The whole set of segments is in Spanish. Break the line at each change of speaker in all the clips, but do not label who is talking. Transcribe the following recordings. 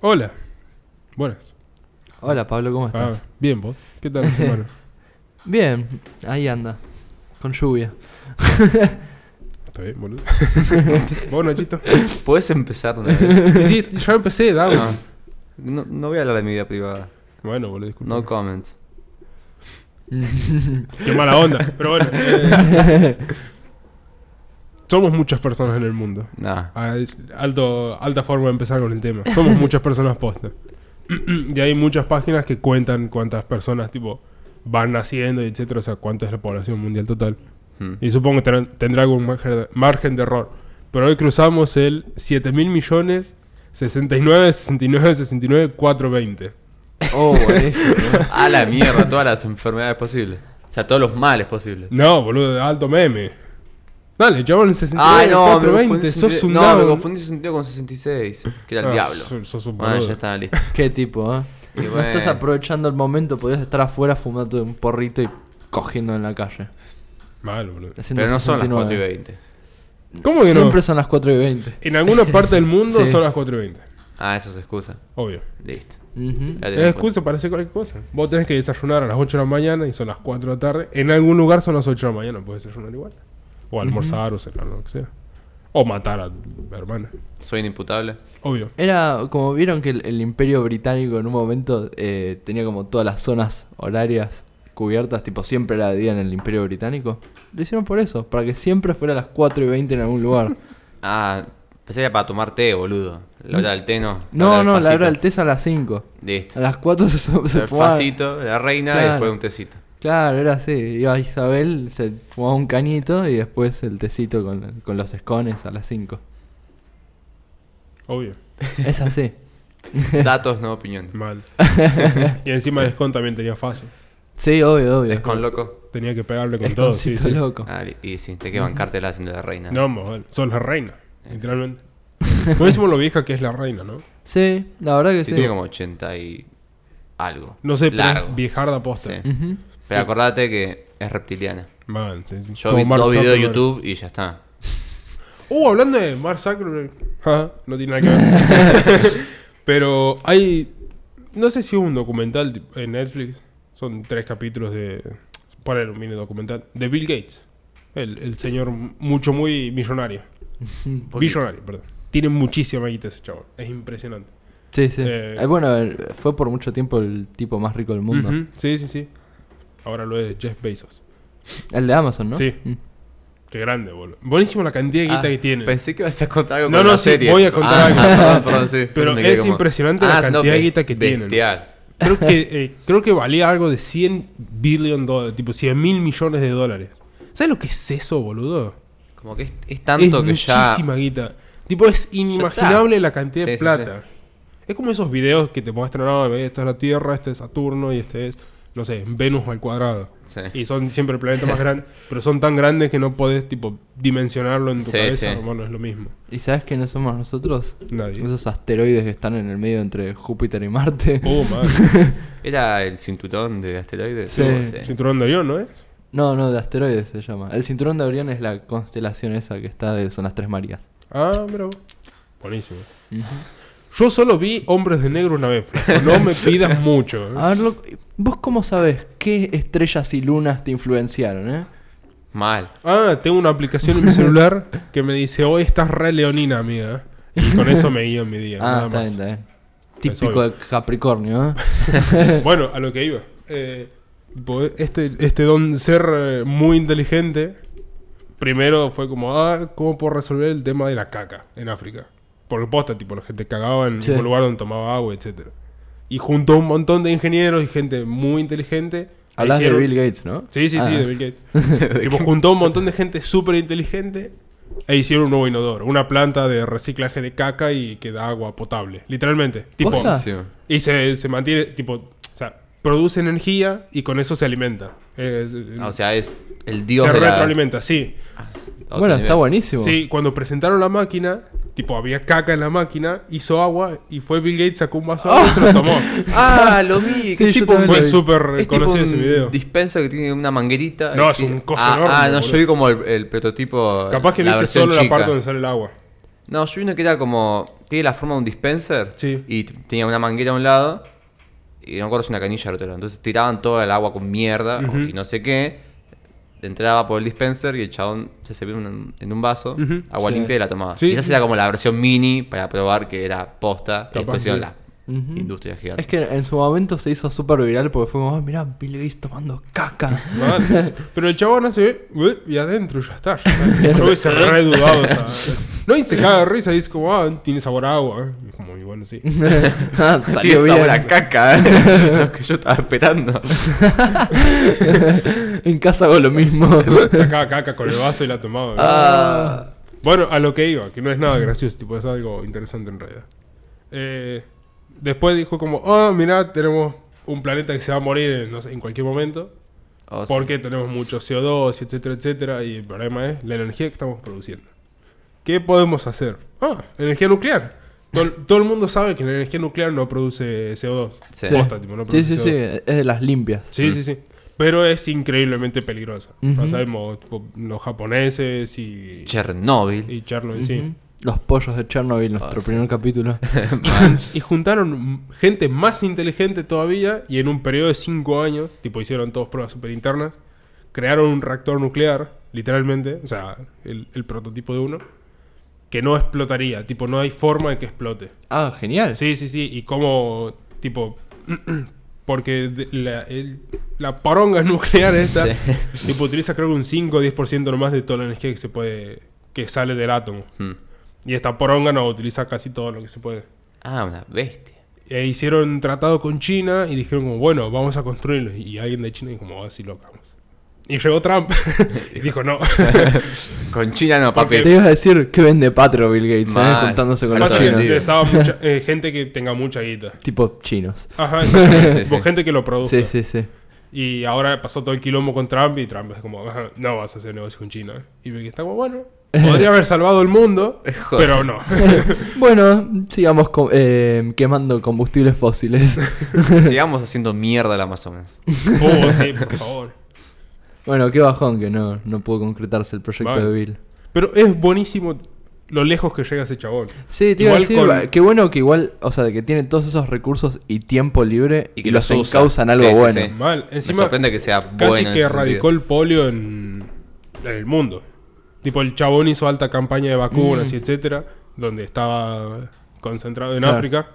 Hola. Buenas.
Hola Pablo, ¿cómo
Ah,
estás?
bien, vos. ¿Qué tal la semana? Ah.
Bien, ahí anda. Con lluvia.
¿Está bien, boludo? ¿Vos, Nachito?
¿Podés empezar de una vez?
Y Sí, ya empecé,
Ah.
Davo.
No. No, no voy a hablar de mi vida privada.
Bueno, boludo, disculpa.
No comment.
Qué mala onda. Pero bueno. eh, somos muchas personas en el mundo.
Nah.
Al- Alto, alta forma de empezar con el tema. Somos muchas personas posta. y hay muchas páginas que cuentan cuántas personas, tipo, van naciendo, y etcétera. O sea, cuánta es la población mundial total.
Hmm.
Y supongo que tendrá- tendrá algún margen de, margen de error. Pero hoy cruzamos el 7 mil millones 69, 69, 69, 420.
Oh, buenísimo.
A la mierda, todas las enfermedades posibles. O sea, todos los males posibles.
No, boludo, alto meme. Dale, chabón, 69,
Ay, no, me
420.
confundí
Sos un
no,
down.
me confundí 69 con 66. Que era el
Ah,
diablo.
Sos, sos un
Bueno,
boludo.
ya está, listo.
Qué tipo, ¿eh?
Y
No estás
bueno.
aprovechando el momento, podías estar afuera fumando un porrito y cogiendo en la calle.
Mal, boludo.
haciendo
Pero no son las
69.
4 y 20.
¿Cómo que
Siempre
no?
son las 4 y 20.
En alguna parte del mundo
Sí.
son las 420.
Ah, eso es excusa.
Obvio.
Listo.
Ujú.
Ya
Es
tenés
excusa para hacer cualquier cosa. Vos tenés que desayunar a las 8 de la mañana y son las 4 de la tarde. En algún lugar son las 8 de la mañana, puedes desayunar igual. O almorzar o cenar, lo que sea. O matar a tu hermana.
cuenta. Soy inimputable.
Obvio.
Era como vieron que el, el imperio británico en un momento eh, tenía como todas las zonas horarias cubiertas, tipo siempre era de día en el imperio británico. Lo hicieron por eso, para que siempre fuera a las 4 y 20 en algún lugar.
Ah, pensé que era para tomar té, boludo. La hora del té no.
No, no, la hora del
facito.
té es a las 5.
Listo.
A las 4 se, se
El
fumaba-
facito, la reina y
Claro.
después un tecito.
Claro, era así. Iba Isabel, se fumaba un cañito y después el tecito con, con los escones a las 5.
Obvio.
Es así.
Datos, no opiniones.
Mal. y encima Descon también tenía fácil.
Sí, obvio, obvio.
Es con loco.
Tenía que pegarle con todo. Sí,
Esconcito
sí.
loco.
Ah, li- y sí, tenés que bancártela haciendo la reina.
No, mal. Son la reina. Literalmente. Buenísimo lo vieja que es la reina, ¿no?
Sí, la verdad que
Sí,
sí.
tiene como 80 y algo.
No sé, pero
Largo.
es viejarda posta.
Sí.
Ujú.
Pero acordate que es reptiliana.
Mal. Sí, sí.
Yo
Como
vi
Mark
dos videos de
Zuckerberg.
YouTube y ya está.
Uh, hablando de Mark Zuckerberg. Ja, no tiene nada que ver. Pero hay. No sé si hubo un documental tipo, en Netflix. Son tres capítulos de. Poner un mini documental. De Bill Gates. El, el señor mucho, muy millonario. Billonario, perdón. Tiene muchísima guita ese chavo. Es impresionante.
Sí, sí.
Eh,
Eh, bueno, el- fue por mucho tiempo el tipo más rico del mundo.
Ujú, Sí, sí, sí. Ahora lo es de Jeff Bezos.
El de Amazon, ¿no?
Sí.
Mm.
Qué grande, boludo. Buenísimo la cantidad de guita
Ah,
que tiene.
Pensé que ibas a contar algo
No,
con
no,
la
sí,
serie.
voy a contar
Ah,
algo.
perdón, perdón, sí.
Pero
Me quedé
es impresionante la
Ah, no,
cantidad de
be-
guita que tienen.
bestial.
Creo que, eh, creo que valía algo de 100 billion dólares, tipo 100 mil millones de dólares. ¿Sabes lo que es eso, boludo?
Como que es, es tanto
es
que ya...
muchísima guita. Tipo, es inimaginable la cantidad
Sí,
de
sí,
plata. Es como esos videos que te muestran, no, esta es la Tierra, este es Saturno y este es, no sé, Venus al cuadrado.
Sí.
Y son siempre el planeta más grande, pero son tan grandes que no podés, tipo, dimensionarlo en tu
Sí,
cabeza.
sí.
Bueno, es lo mismo.
¿Y sabes quiénes somos nosotros?
Nadie.
Esos asteroides que están en el medio entre Júpiter y Marte.
Oh, man.
Era el cinturón de asteroides.
Sí.
No sé.
Cinturón de Orión, ¿no es?
No, no, de asteroides se llama. El cinturón de Orión es la constelación esa que está de, son las tres Marías.
Ah, mira. vos. Buenísimo. Yo solo vi Hombres de Negro una vez. flaco. No me pidas mucho. ¿eh?
A ver, loco, ¿vos cómo sabés qué estrellas y lunas te influenciaron, eh?
Mal.
Ah, tengo una aplicación en mi celular que me dice, hoy estás re leonina, amiga. Y con eso me guío en mi día. nada
ah, está
más. Pues
bien, está bien.
Es
Típico de Capricornio, ¿eh?
Bueno, a lo que iba. Eh, tipo, este, este don ser eh, muy inteligente, primero fue como, ah, ¿cómo puedo resolver el tema de la caca en África? Porque posta, tipo, la gente cagaba en el
Sí.
mismo lugar donde tomaba agua, etc. Y juntó un montón de ingenieros y gente muy inteligente.
Hablas de
Hicieron-
Bill Gates, ¿no?
Sí, sí,
Ah.
sí, de Bill Gates. tipo, juntó un montón de gente súper inteligente e hicieron un nuevo inodoro. Una planta de reciclaje de caca y que da agua potable. Literalmente. Tipo,
¿Posta?
Sí.
y se, se mantiene, tipo, o sea, produce energía y con eso se alimenta. Es-
Ah, O sea, es el dios
se
de la...
retroalimenta, sí.
otro
Bueno,
nivel.
está buenísimo.
Sí, cuando presentaron la máquina, tipo, había caca en la máquina, hizo agua y fue Bill Gates, sacó un vaso de agua y se lo tomó.
Ah, lo vi.
Sí,
que es
yo
tipo
también
un-
lo
fue
vi.
súper
Es tipo
conocido
un
ese video.
dispenser que tiene una manguerita.
No,
y
es
tiene-
un coso
ah,
enorme,
Ah, no,
boludo.
yo vi como el, el prototipo.
Capaz que
la
viste
versión
solo la
chica.
parte donde sale el agua.
No, yo vi uno que era como. Tiene la forma de un dispenser.
Sí.
Y t- tenía una manguera a un lado. Y no me acuerdo si una canilla al otro lado. Entonces tiraban toda el agua con mierda
Ujú.
y no sé qué. Entraba por el dispenser y el chabón se servía en un- en un vaso.
Ujú.
Agua
Sí.
limpia y la tomaba.
Sí,
y esa
sí.
era como la versión mini para probar que era posta. y
Capaz,
después
sí.
hicieron la
Ujú.
industria gigante.
Es que en su momento se hizo súper viral porque fue como, ah, mirá, Bill Gates tomando caca.
Mal. Pero el chabón hace "Ué", y adentro ya está. Ya sabe. Yo hubiese re dudado. esa- No, y se caga de risa y dice como, ah, tiene sabor a agua. Y es como, y bueno, sí.
Ah,
Tiene
Salió
sabor
bien.
a caca, ¿eh? Lo que yo estaba esperando.
en casa hago lo mismo.
Sacaba caca con el vaso y la tomaba. ¿no?
Ah.
Bueno, a lo que iba, que no es nada gracioso, tipo, es algo interesante en realidad. Eh, después dijo como, ah, mirá, tenemos un planeta que se va a morir en, no sé, en cualquier momento.
Oh, sí.
Porque tenemos mucho CO2, etcétera, etcétera. Y el problema es la energía que estamos produciendo. ¿Qué podemos hacer? Ah, energía nuclear. Todo, todo el mundo sabe que la energía nuclear no produce CO2.
Sí.
Posta, tipo, no
Sí,
produce
sí, sí,
CO2.
es de las limpias.
Sí, sí, sí. Pero es increíblemente peligrosa. Ya
Ujú.
sabemos, tipo, los japoneses y,
Chernóbil.
y Chernobyl, sí.
Ujú. Los pollos de Chernobyl, nuestro
Ah, sí.
primer capítulo.
Y juntaron m- gente más inteligente todavía y en un periodo de 5 años, tipo hicieron todas pruebas super internas, crearon un reactor nuclear, literalmente, o sea, el, el prototipo de uno, que no explotaría, tipo no hay forma de que explote.
Ah, genial.
Sí, sí, sí, y como, tipo, porque de- la, el- la poronga nuclear esta,
Sí.
tipo utiliza creo que un 5 o 10% nomás de toda la energía que se puede, que sale del átomo.
Mm.
Y esta poronga no utiliza casi todo lo que se puede.
Ah, una bestia.
E hicieron tratado con China y dijeron como, bueno, vamos a construirlo. Y alguien de China dijo como, "Ah, así lo hagamos. Y llegó Trump y dijo no.
Con China no, papi.
Te ibas a decir que vende patro Bill Gates, ¿sabes?
Mal.
Juntándose con los
Pasa
chinos.
que- vendido.
Estaba mucha, eh, gente que tenga mucha guita.
Tipo chinos.
Ajá, exactamente.
Sí, sí.
Tipo, gente que lo produzca.
Sí, sí, sí.
Y ahora pasó todo el quilombo con Trump y Trump es como, "Ajá, no vas a hacer negocio con China. Y Bill Gates está como, bueno, podría haber salvado el mundo,
Joder.
pero no.
Bueno, sigamos co- eh, quemando combustibles fósiles.
Sigamos haciendo mierda al Amazonas.
Oh, sí, por favor.
bueno, qué bajón que no, no pudo concretarse el proyecto
Mal.
de Bill.
Pero es buenísimo lo lejos que llega ese chabón.
Sí, te iba a
Igual
decir,
con-
va- qué bueno que igual, o sea, que tiene todos esos recursos y tiempo libre y
Y
que
que
los,
los usa.
encausan algo
Sí, sí,
bueno.
sí.
Mal.
Me
Encima,
sorprende que sea
Casi
bueno. en
que
ese
erradicó el polio en, en el mundo. Tipo, el chabón hizo alta campaña de
Mm.
vacunas y etcétera, donde estaba concentrado en
Claro.
África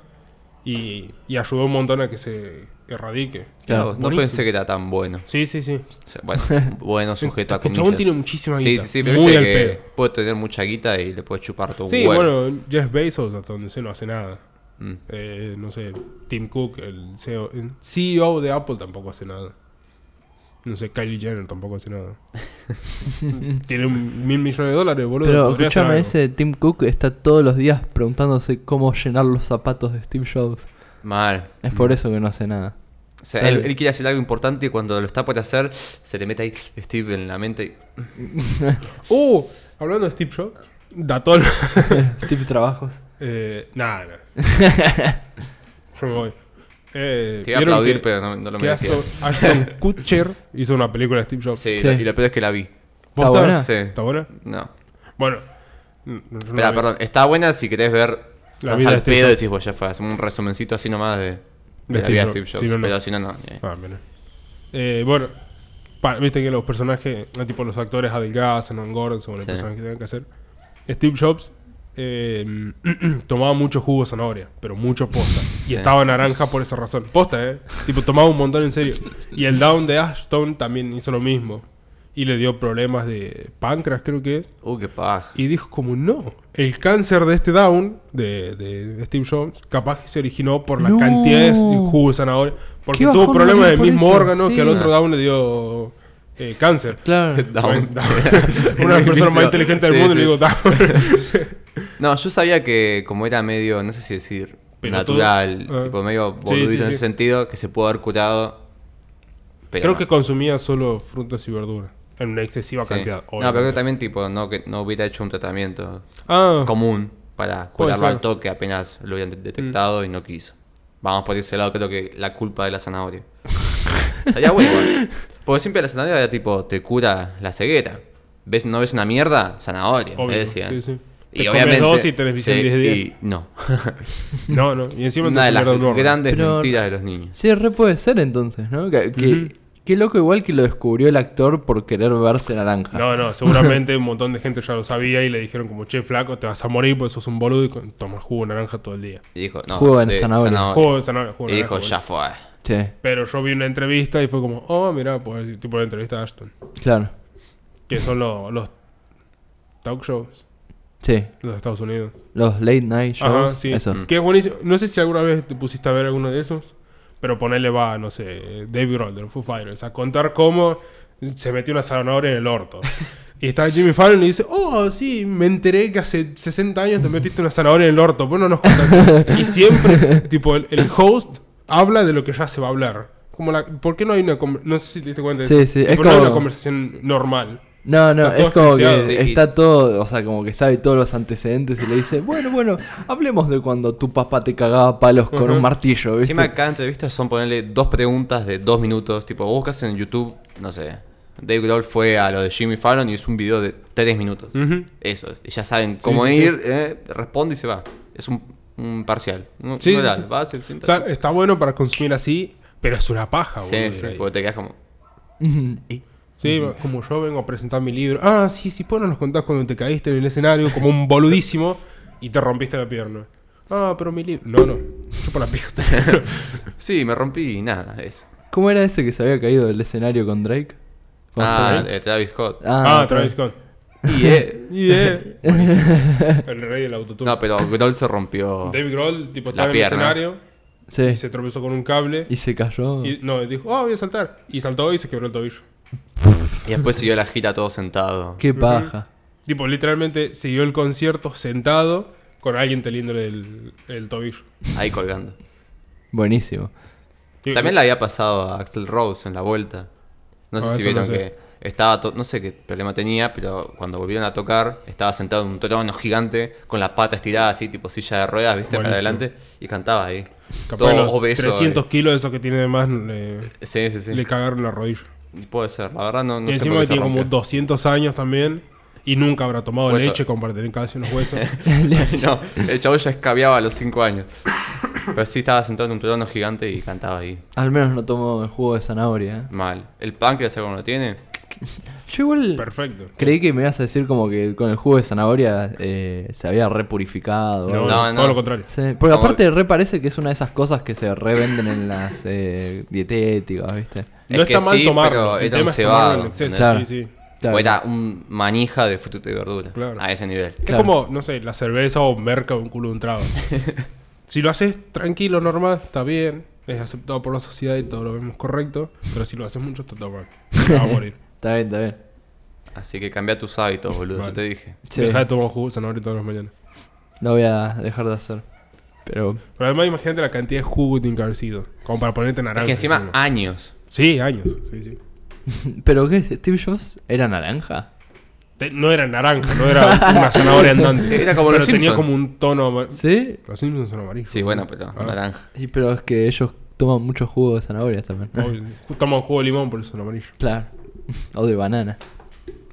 y, y ayudó un montón a que se erradique.
sentido.
Claro,
Claro, no
buenísimo.
pensé que era tan bueno.
Sí, sí, sí.
O sea, bueno, bueno sujeto a
El
comillas.
chabón tiene muchísima
Sí,
guita.
sí, sí, pero
muy
viste
al
que
pedo.
puede tener mucha guita y le puede chupar todo un
Sí,
huevo.
bueno, Jeff Bezos, hasta donde se no hace nada.
Mm.
Eh, no sé, Tim Cook, el CEO, el CEO de Apple tampoco hace nada. No sé, Kylie Jenner tampoco hace nada. tiene un mil millones de dólares, boludo.
Pero
podría hacer
escúchame,
algo.
ese Tim Cook está todos los días preguntándose cómo llenar los zapatos de Steve Jobs.
Mal.
Es por eso que no hace nada.
O sea,
Claro.
él, él quiere hacer algo importante y cuando lo está por hacer, se le mete ahí Steve en la mente. y-
Uh, hablando de Steve Jobs, Datón.
Steve Trabajos.
eh, nada, nada. Yo me voy. Eh,
Te iba a
¿vieron
aplaudir,
que-
pero no, no lo
que
merecía.
Ashton, Ashton Kutcher hizo una película de Steve Jobs.
Sí,
Sí.
lo- y lo peor es que la vi.
¿Vos
¿Está buena? Ah.
Sí.
¿Está buena?
No.
Bueno. n- no, yo no la
Espera,
vi.
perdón. Está buena si querés ver.
La
estás
vida de
al
Steve
pedo
Jobs.
decís, vos ya fue. Hacemos un resumencito así nomás de, de
De
la
Steve
vida de
Jobs.
Steve Jobs.
Si no, no.
Pero si no, no. eh.
Ah, mira. Eh, bueno, pa- viste que los personajes, eh, tipo los actores adelgazan, no engordan según el
Sí.
personaje que tengan que hacer. Steve Jobs eh, tomaba mucho jugo de zanahoria, pero mucho posta. Y
Sí.
estaba naranja por esa razón. Posta, ¿eh? Tipo, tomaba un montón en serio. Y el down de Ashton también hizo lo mismo. Y le dio problemas de páncreas, creo que es.
Uh, qué paja.
Y dijo como, no, el cáncer de este down, de, de Steve Jobs, capaz que se originó por las
No.
cantidades de jugo de zanahoria. Porque
Qué
tuvo
bajón,
problemas
boludo,
del
por
mismo
eso,
órgano que al
sí.
otro down le dio eh, cáncer.
Claro.
Pues,
Down.
Una de las personas más
Sí,
inteligentes del
sí.
mundo le digo down.
No, yo sabía que como era medio, no sé si decir,
Pelotudo.
natural,
Ah.
tipo medio
Sí,
boludito
sí,
en
sí.
ese sentido, que se pudo haber curado. Pero
Creo
no.
que consumía solo frutas y verduras. En una excesiva
Sí.
cantidad.
No, pero
obviamente.
creo que también tipo, no, que no hubiera hecho un tratamiento
Ah,
común para
Puede
curarlo al
ser.
toque apenas lo habían de- detectado y no quiso. Vamos por ese lado, creo que la culpa de la zanahoria. Estaría bueno igual. Porque siempre la zanahoria era tipo, te cura la ceguera. ¿Ves, no ves una mierda, zanahoria.
obvio,
me decían.
sí, sí. Te comes dos y tenés visión 10 de 10.
Y no.
No, no. Y encima te
Una de
hace
las
mierda un horno.
grandes
Pero-
mentiras de los niños.
Sí, re puede ser entonces, ¿no? Que, que-
Ujú.
qué loco igual que lo descubrió el actor por querer verse naranja.
No, no, seguramente un montón de gente ya lo sabía y le dijeron como, che, flaco, te vas a morir porque sos un boludo y con- tomas jugo de naranja todo el día.
Y dijo, no.
Jugo en
de
zanahoria.
Jugo de zanahoria, jugo de
Y
naranja,
dijo, ya
boludo.
fue.
Che,
Pero yo vi una entrevista y fue como, oh, mirá, pues, tipo de entrevista de Ashton.
claro.
Que son lo- los talk shows
Sí,
de los Estados Unidos.
los late night shows,
Ajá, sí. Mm.
esos.
Que es buenísimo. No sé si alguna vez te pusiste a ver alguno de esos, pero ponele va, no sé, David Roll de los Foo Fighters, a contar cómo se metió una zanahoria en el orto. Y está Jimmy Fallon y dice, oh, sí, me enteré que hace 60 años te metiste una zanahoria en el orto, vos no nos contás. y siempre, tipo, el, el host habla de lo que ya se va a hablar. Como la, ¿Por qué no hay una conver- No sé si te diste cuenta de
Sí,
eso.
sí, es
Tipo, no hay
como-
una conversación normal.
No, no,
Está
es
todo
como que
genteado,
sí, y-
está todo, o sea, como que sabe todos los antecedentes y le dice, bueno, bueno, hablemos de cuando tu papá te cagaba a palos con un
Ujú.
martillo, ¿viste?
Encima cada entrevista son ponerle dos preguntas de dos minutos. Tipo, vos buscas en YouTube, no sé. Dave Grohl fue a lo de Jimmy Fallon y es un video de tres minutos.
Ujú.
Eso. Y ya saben cómo
sí, sí.
ir, eh, responde y se va. Es un, un parcial. Un,
Sí,
un oral.
sí, sí.
Vas, se
O
sienta.
sea, está bueno para consumir así, pero es una paja,
Sí,
Ah, boludo,
sí,
ahí.
porque te quedas como.
Ujú.
Sí, como yo vengo a presentar mi libro. Ah, sí, sí, pues no nos contás cuando te caíste en el escenario como un boludísimo y te rompiste la pierna. Ah, pero mi libro. No, no. Chupa la pija.
Sí, me rompí y nada, eso.
¿Cómo era ese que se había caído del escenario con Drake? ¿Con
Ah,
Drake?
eh, Travis Scott.
Ah, Travis Scott.
Y, eh,
Y eh, buenísimo. El rey del autotune.
No, pero Grohl se rompió.
David Grohl, tipo,
La
estaba en el
pierna.
escenario y
Sí.
se tropezó con un cable.
Y se cayó.
Y, no, y dijo, oh, voy a saltar. Y saltó y se quebró el tobillo.
Y después siguió la gira todo sentado.
Qué paja.
Tipo, literalmente siguió el concierto sentado con alguien teniéndole el, el tobillo.
Ahí colgando.
Buenísimo.
Y-
También le había pasado a Axel Rose en la vuelta. No sé
eh. Ah,
si
eso no
vieron
sé.
que estaba, to- no sé qué problema tenía, pero cuando volvieron a tocar, estaba sentado en un trono gigante con la pata estirada así, tipo silla de ruedas, viste, para
Buenísimo.
adelante, y cantaba ahí.
Capaz
todo
los
obeso,
300 kilos de esos que tiene de más le,
eh. Sí, sí, sí.
le cagaron la rodilla.
Puede ser, la verdad no, no
y
sé
encima que
por qué se
tiene como
rompió. Mm. Pues
200 años también y nunca habrá tomado
Hueso.
leche como para tener casi unos huesos.
no, el chavo ya escabiaba a los 5 años. Pero sí estaba sentado en un trono gigante y cantaba ahí.
Al menos no tomo el jugo de zanahoria. ¿eh?
Mal. El páncreas, ¿sabes cómo lo tiene?
Yo igual
Perfecto.
creí que me ibas a decir como que con el jugo de zanahoria eh, se había repurificado. o
No,
algo.
No,
no,
no.
todo lo contrario.
Sí, porque
Como-
aparte re parece que es una de esas cosas que se revenden en las eh, dietéticas, ¿viste?
No
Es que
está mal
sí, pero
tomarlo. El
era
tema
un
es tomarlo
cebado,
en exceso.
claro.
Sí, sí.
Claro.
O era un manija de fruta y verdura.
Claro.
A ese nivel.
Es
Claro.
como, no sé, la cerveza o merca o un culo de un trago. si lo haces tranquilo, normal, está bien. Es aceptado por la sociedad y todo lo vemos correcto. Pero si lo haces mucho, está todo mal. Te va a morir.
Está bien, está bien.
Así que cambia tus hábitos, boludo. Yo
Vale.
te dije.
Sí,
Deja de tomar jugo de zanahoria todas las mañanas.
Lo voy a dejar de hacer. Pero
Pero además, imagínate la cantidad de jugo que tiene que haber sido. Como para ponerte naranja.
Es que encima años.
Sí, años. Sí, sí.
¿Pero qué? ¿Steve Jobs era naranja?
Te- No era naranja, no era una zanahoria andante.
Era como
Pero
los
tenía
Simpson.
como un tono amar-
¿Sí?
Los Simpsons son amarillos.
Sí, bueno, pero
Ah.
naranja.
Y, pero es que ellos toman mucho jugo de zanahoria también.
Obvio. Ju- Toman jugo de limón, por eso son amarillos.
Claro. O de banana.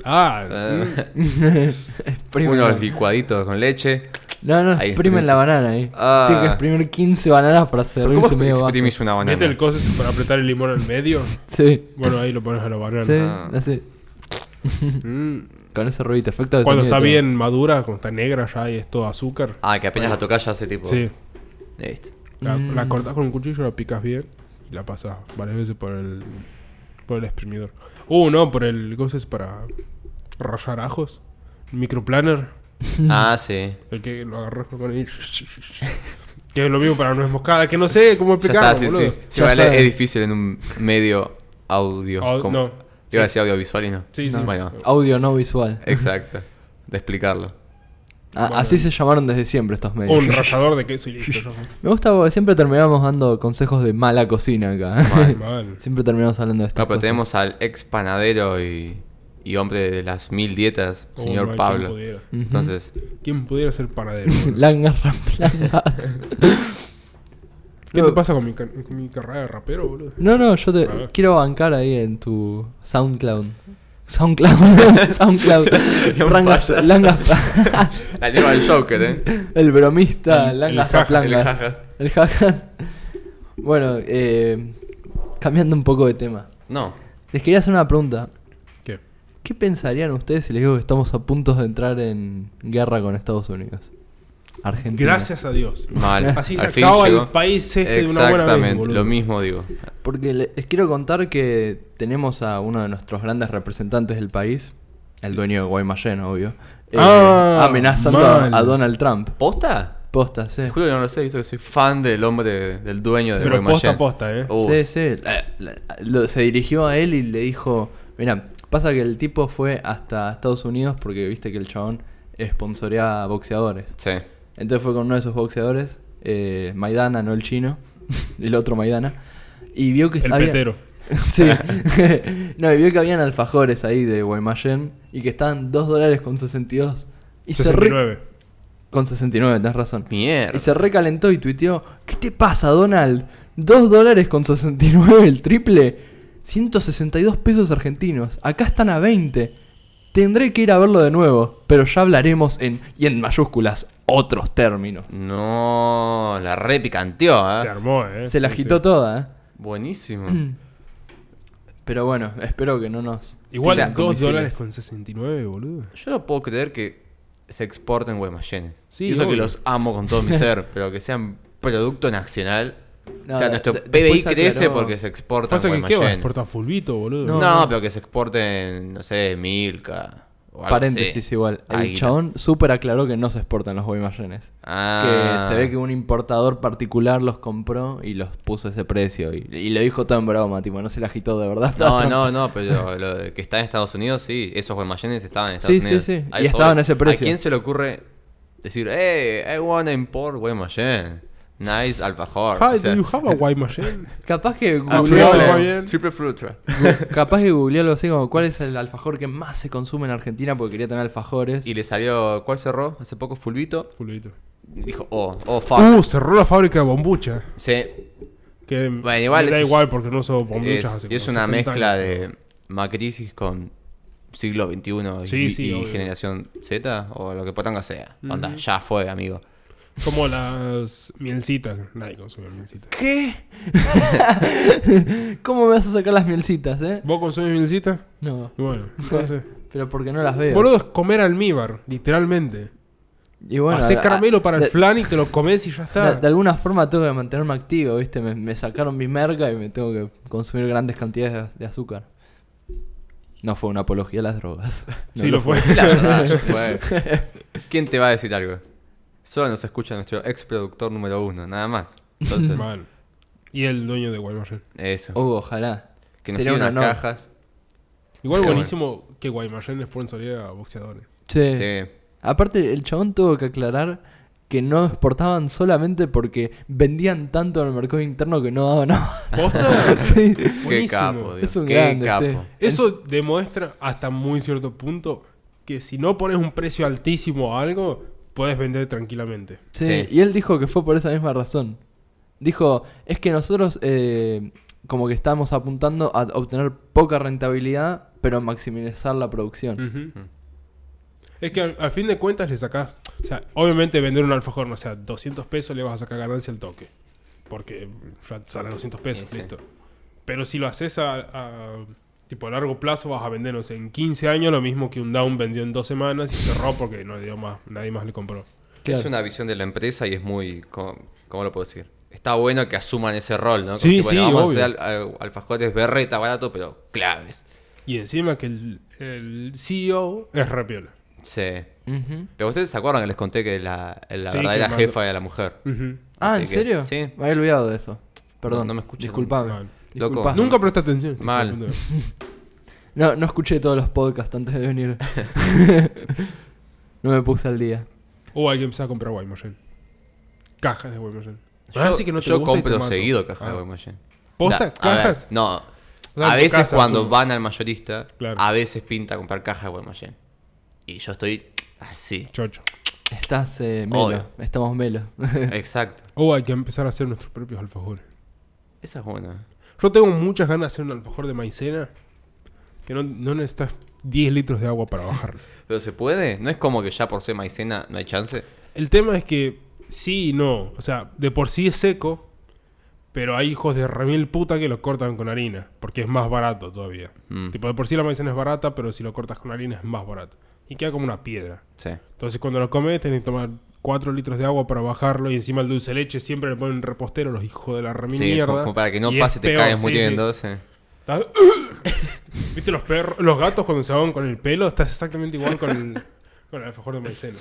Ah,
Eh,
Exprimen
unos
la-
licuaditos con leche.
No, no,
Ahí
exprimen
exprime.
la banana ahí.
Ah.
Tiene que exprimir 15 bananas para
¿Cómo
servirse medio vaso.
exprimís una
mm. ¿viste el
banana?
coso ese para apretar el limón al medio?
Sí,
Bueno, ahí lo pones a la banana.
sí,
Ah.
así.
Mm.
Con ese ruido, efecto de
Cuando está
sonido y todo.
bien madura, cuando está negra ya y es todo azúcar.
Ah, que apenas la tocás ya hace tipo.
Sí.
Eh, ¿viste?
La,
Mm.
la cortás con un cuchillo, la picas bien y la pasas varias veces por el por el exprimidor. Uh, no, por el coso ese para rallar ajos. Microplaner.
Ah, sí.
El que lo agarró con el... que es lo mismo para nuez moscada, que no sé cómo
Ya está,
explicarlo,
sí,
boludo.
sí.
Sí,
Sí,
Ya
vale,
saben.
es difícil en un medio audio.
Au-
como-
Ah, no.
Iba a decir audiovisual y no.
sí.
No.
Bueno,
Audio no visual.
Eh, exacto. De explicarlo.
A-
Bueno.
Así se llamaron desde siempre estos medios.
Un rallador de queso y listo.
Me gusta porque siempre terminamos dando consejos de mala cocina acá.
Mal, mal.
siempre terminamos hablando de estas
No, Ah, pero
cosas.
tenemos al ex panadero y, y hombre de las mil dietas,
Oh,
señor
mal,
Pablo.
¿quién pudiera?
Ujú.
Entonces,
¿Quién pudiera ser panadero? boludo?
Langas ramplanas.
¿Qué
No.
te pasa con mi, ca- con mi carrera de rapero, boludo?
No, no, yo te
A ver.
quiero bancar ahí en tu SoundCloud. SoundCloud. SoundCloud.
Y un
Rangas-
payaso.
Langas pa-
La lleva el Joker, ¿eh?
el bromista,
El-
Langas
el jajas.
El
Paplangas.
jajas.
El jajas. Bueno, eh, cambiando un poco de tema.
No.
Les quería hacer una pregunta.
¿Qué?
¿Qué pensarían ustedes si les digo que estamos a punto de entrar en guerra con Estados Unidos? Argentina.
Gracias a Dios.
Mal.
Así se
Al fin
acaba
llegó.
el país este de una buena vez.
Exactamente,
boludo.
lo mismo digo.
Porque le- les quiero contar que tenemos a uno de nuestros grandes representantes del país, el dueño de Guaymallén, obvio, eh,
Ah,
amenazando a,
mal.
a Donald Trump.
¿Posta?
Posta, sí.
Te juro que no lo sé, visto que soy fan del hombre, del dueño de
Pero posta
Guaymallén.
a posta, ¿eh?
Uh,
Sí, sí. La- la- lo- se dirigió a él y le dijo, mira, pasa que el tipo fue hasta Estados Unidos porque viste que el chabón sponsorea a boxeadores.
Sí.
Entonces fue con uno de esos boxeadores, eh, Maidana, no el chino, el otro Maidana, y vio que
El
había-
petero.
Sí. no, y vio que habían alfajores ahí de Guaymallén y que estaban 2 dólares con 62. Y se re-
69.
Con 69, tenés razón.
Mierda.
Y se recalentó y tuiteó, ¿qué te pasa, Donald? 2 dólares con 69 el triple, 162 pesos argentinos, acá están a 20. Tendré que ir a verlo de nuevo, pero ya hablaremos en, y en mayúsculas, otros términos.
Mm. No, la re picanteó, ¿eh?
Se armó, ¿eh?
Se la
Sí,
agitó
sí.
toda, ¿eh?
Buenísimo.
Pero bueno, espero que no nos...
Igual
O sea,
2
con misiles.
dólares con 69, boludo.
Yo no puedo creer que se exporten Guaymallenes.
Sí,
Y eso que
obvio.
los amo con todo mi ser, pero que sean producto nacional.
No,
o sea, nuestro
de-
PBI
después
crece
aclaró-
porque se exportan
Pasa que, ¿qué va?
Guaymallén.
Exporta fulbito, boludo.
No,
No, no.
pero que se exporten, no sé, Milka. o algo
Paréntesis
así.
igual, el
Águila.
chabón súper aclaró que no se exportan los Guaymallenes.
Ah.
Que se ve que un importador particular los compró y los puso a ese precio. Y, y lo dijo todo en broma, tipo, no se la agitó de verdad.
No, no, no, pero lo de que está en Estados Unidos, sí. Esos Guaymallens estaban en Estados
Sí, sí,
Unidos.
sí,
A
y
eso
estaban
voy.
a ese precio.
¿A quién se le ocurre decir, hey, I wanna import Guaymallén? Nice alfajor.
Hi,
O sea,
do you have a Ah, Guaymallén?
Capaz que
Ah,
googleó,
claro, muy bien.
Triple Fruit Trap.
capaz que googleó algo así como cuál es el alfajor que más se consume en Argentina porque quería tener alfajores.
Y le salió, ¿cuál cerró? Hace poco Fulvito.
fulbito.
Dijo, oh, oh, fuck.
Uh, cerró la fábrica de bombucha.
Sí,
Que
Bueno, igual
me da
eso es-
igual porque no uso
es,
bombuchas hace
y es
como 60
una mezcla
años.
de macrisis con siglo XXI y,
Sí, sí,
y
obvio.
generación Z o lo que potanga sea. Onda, ya fue, amigo.
Como las mielcitas. Nadie consume mielcitas.
¿Qué? ¿Cómo me vas a sacar las mielcitas, eh?
¿Vos consumes mielcitas?
No,
Y bueno, entonces...
pero porque no las veo.
Boludo, es comer almíbar, literalmente.
y bueno,
Hacés
a-
caramelo para el
de-
flan y te lo comes y ya
De,
está.
de alguna forma tengo que mantenerme activo, ¿viste? Me, me sacaron mi merca y me tengo que consumir grandes cantidades de, de azúcar. No fue una apología a las drogas. No
sí, lo fue.
Sí, la verdad, ya fue. ¿Quién te va a decir algo? Solo nos escucha nuestro ex productor número uno, nada más. Entonces,
Mal. Y el dueño de Guaymallén.
eso.
Oh, ojalá.
que nos
sería
tiene
un
unas
honor.
cajas.
Igual
Qué
buenísimo que Guaymallén les sponsoría a boxeadores.
Sí.
Sí.
Aparte, el chabón tuvo que aclarar que no exportaban solamente porque vendían tanto en el mercado interno que no daban abasto.
¿Posta?
Sí.
Buenísimo.
Qué capo, Dios.
Es un
Qué
grande,
capo.
sí.
Eso demuestra hasta muy cierto punto que si no pones un precio altísimo a algo, puedes vender tranquilamente.
Sí,
Sí.
y él dijo que fue por esa misma razón. Dijo, es que nosotros eh, como que estamos apuntando a obtener poca rentabilidad, pero maximizar la producción.
Mm. Es que al, al fin de cuentas le sacás. O sea, obviamente vender un alfajor, no sea, 200 pesos le vas a sacar ganancia al toque. Porque ya te sale 200 pesos,
Sí, sí.
listo. Pero si lo haces a, a, tipo a largo plazo, vas a vender, no sé, en 15 años lo mismo que un down vendió en dos semanas y cerró porque no le dio más, nadie más le compró.
Claro.
Es una visión de la empresa y es muy. co- ¿Cómo, lo puedo decir? Está bueno que asuman ese rol, ¿no? Como
Sí,
decir, bueno,
sí,
vamos
obvio.
a hacer al- al- alfajores berreta barato, pero claves.
Y encima que el, el CEO es repiola.
Sí.
Ujú.
Pero ustedes se acuerdan que les conté que la, la
Sí,
verdadera
que mandó-
jefa era la mujer.
Ujú.
Ah, ¿en
Así que-
serio?
sí.
Me había olvidado de eso. Perdón,
no me escuché.
Disculpame.
Mal.
Loco.
Disculpa.
Nunca presta atención. este
Mal.
hijo de puta.
No, no escuché todos los podcasts antes de venir. no me puse al día.
O alguien se va a comprar Guaymallén. Cajas de Guaymallén.
Yo,
Ah, sí que no te
yo
gusta y te
compro
mato.
seguido cajas de
Ah.
Guaymallén.
¿Posta?
O sea, a ver,
¿Cajas?
no.
sea,
a
en tu
veces
casa,
cuando
asumo.
van al mayorista,
Claro.
a veces pinta comprar cajas de Guaymallén. Y yo estoy así.
Chocho.
Estás eh, melo.
Obvio.
Estamos melo.
Exacto.
O hay que empezar a hacer nuestros propios alfajores.
Esa es buena.
Yo tengo muchas ganas de hacer un alfajor de maicena. Que no, no necesitas 10 litros de agua para bajarlo.
Pero se puede, no es como que ya por ser maicena no hay chance.
El tema es que sí y no. O sea, de por sí es seco, pero hay hijos de remil puta que lo cortan con harina, porque es más barato todavía.
Mm.
Tipo, de por sí la maicena es barata, pero si lo cortas con harina es más barato. Y queda como una piedra.
Sí.
Entonces cuando lo comes tenés que tomar 4 litros de agua para bajarlo y encima el dulce de leche siempre le ponen repostero los hijos de la remil
Sí,
mierda.
como, como para que no
Y es
pase te
peor,
caes
sí,
muriendo.
sí.
sí.
Estás- ¿Viste los perros, los gatos cuando se ahogan con el pelo? Estás exactamente igual con el, con el alfajor de maicena.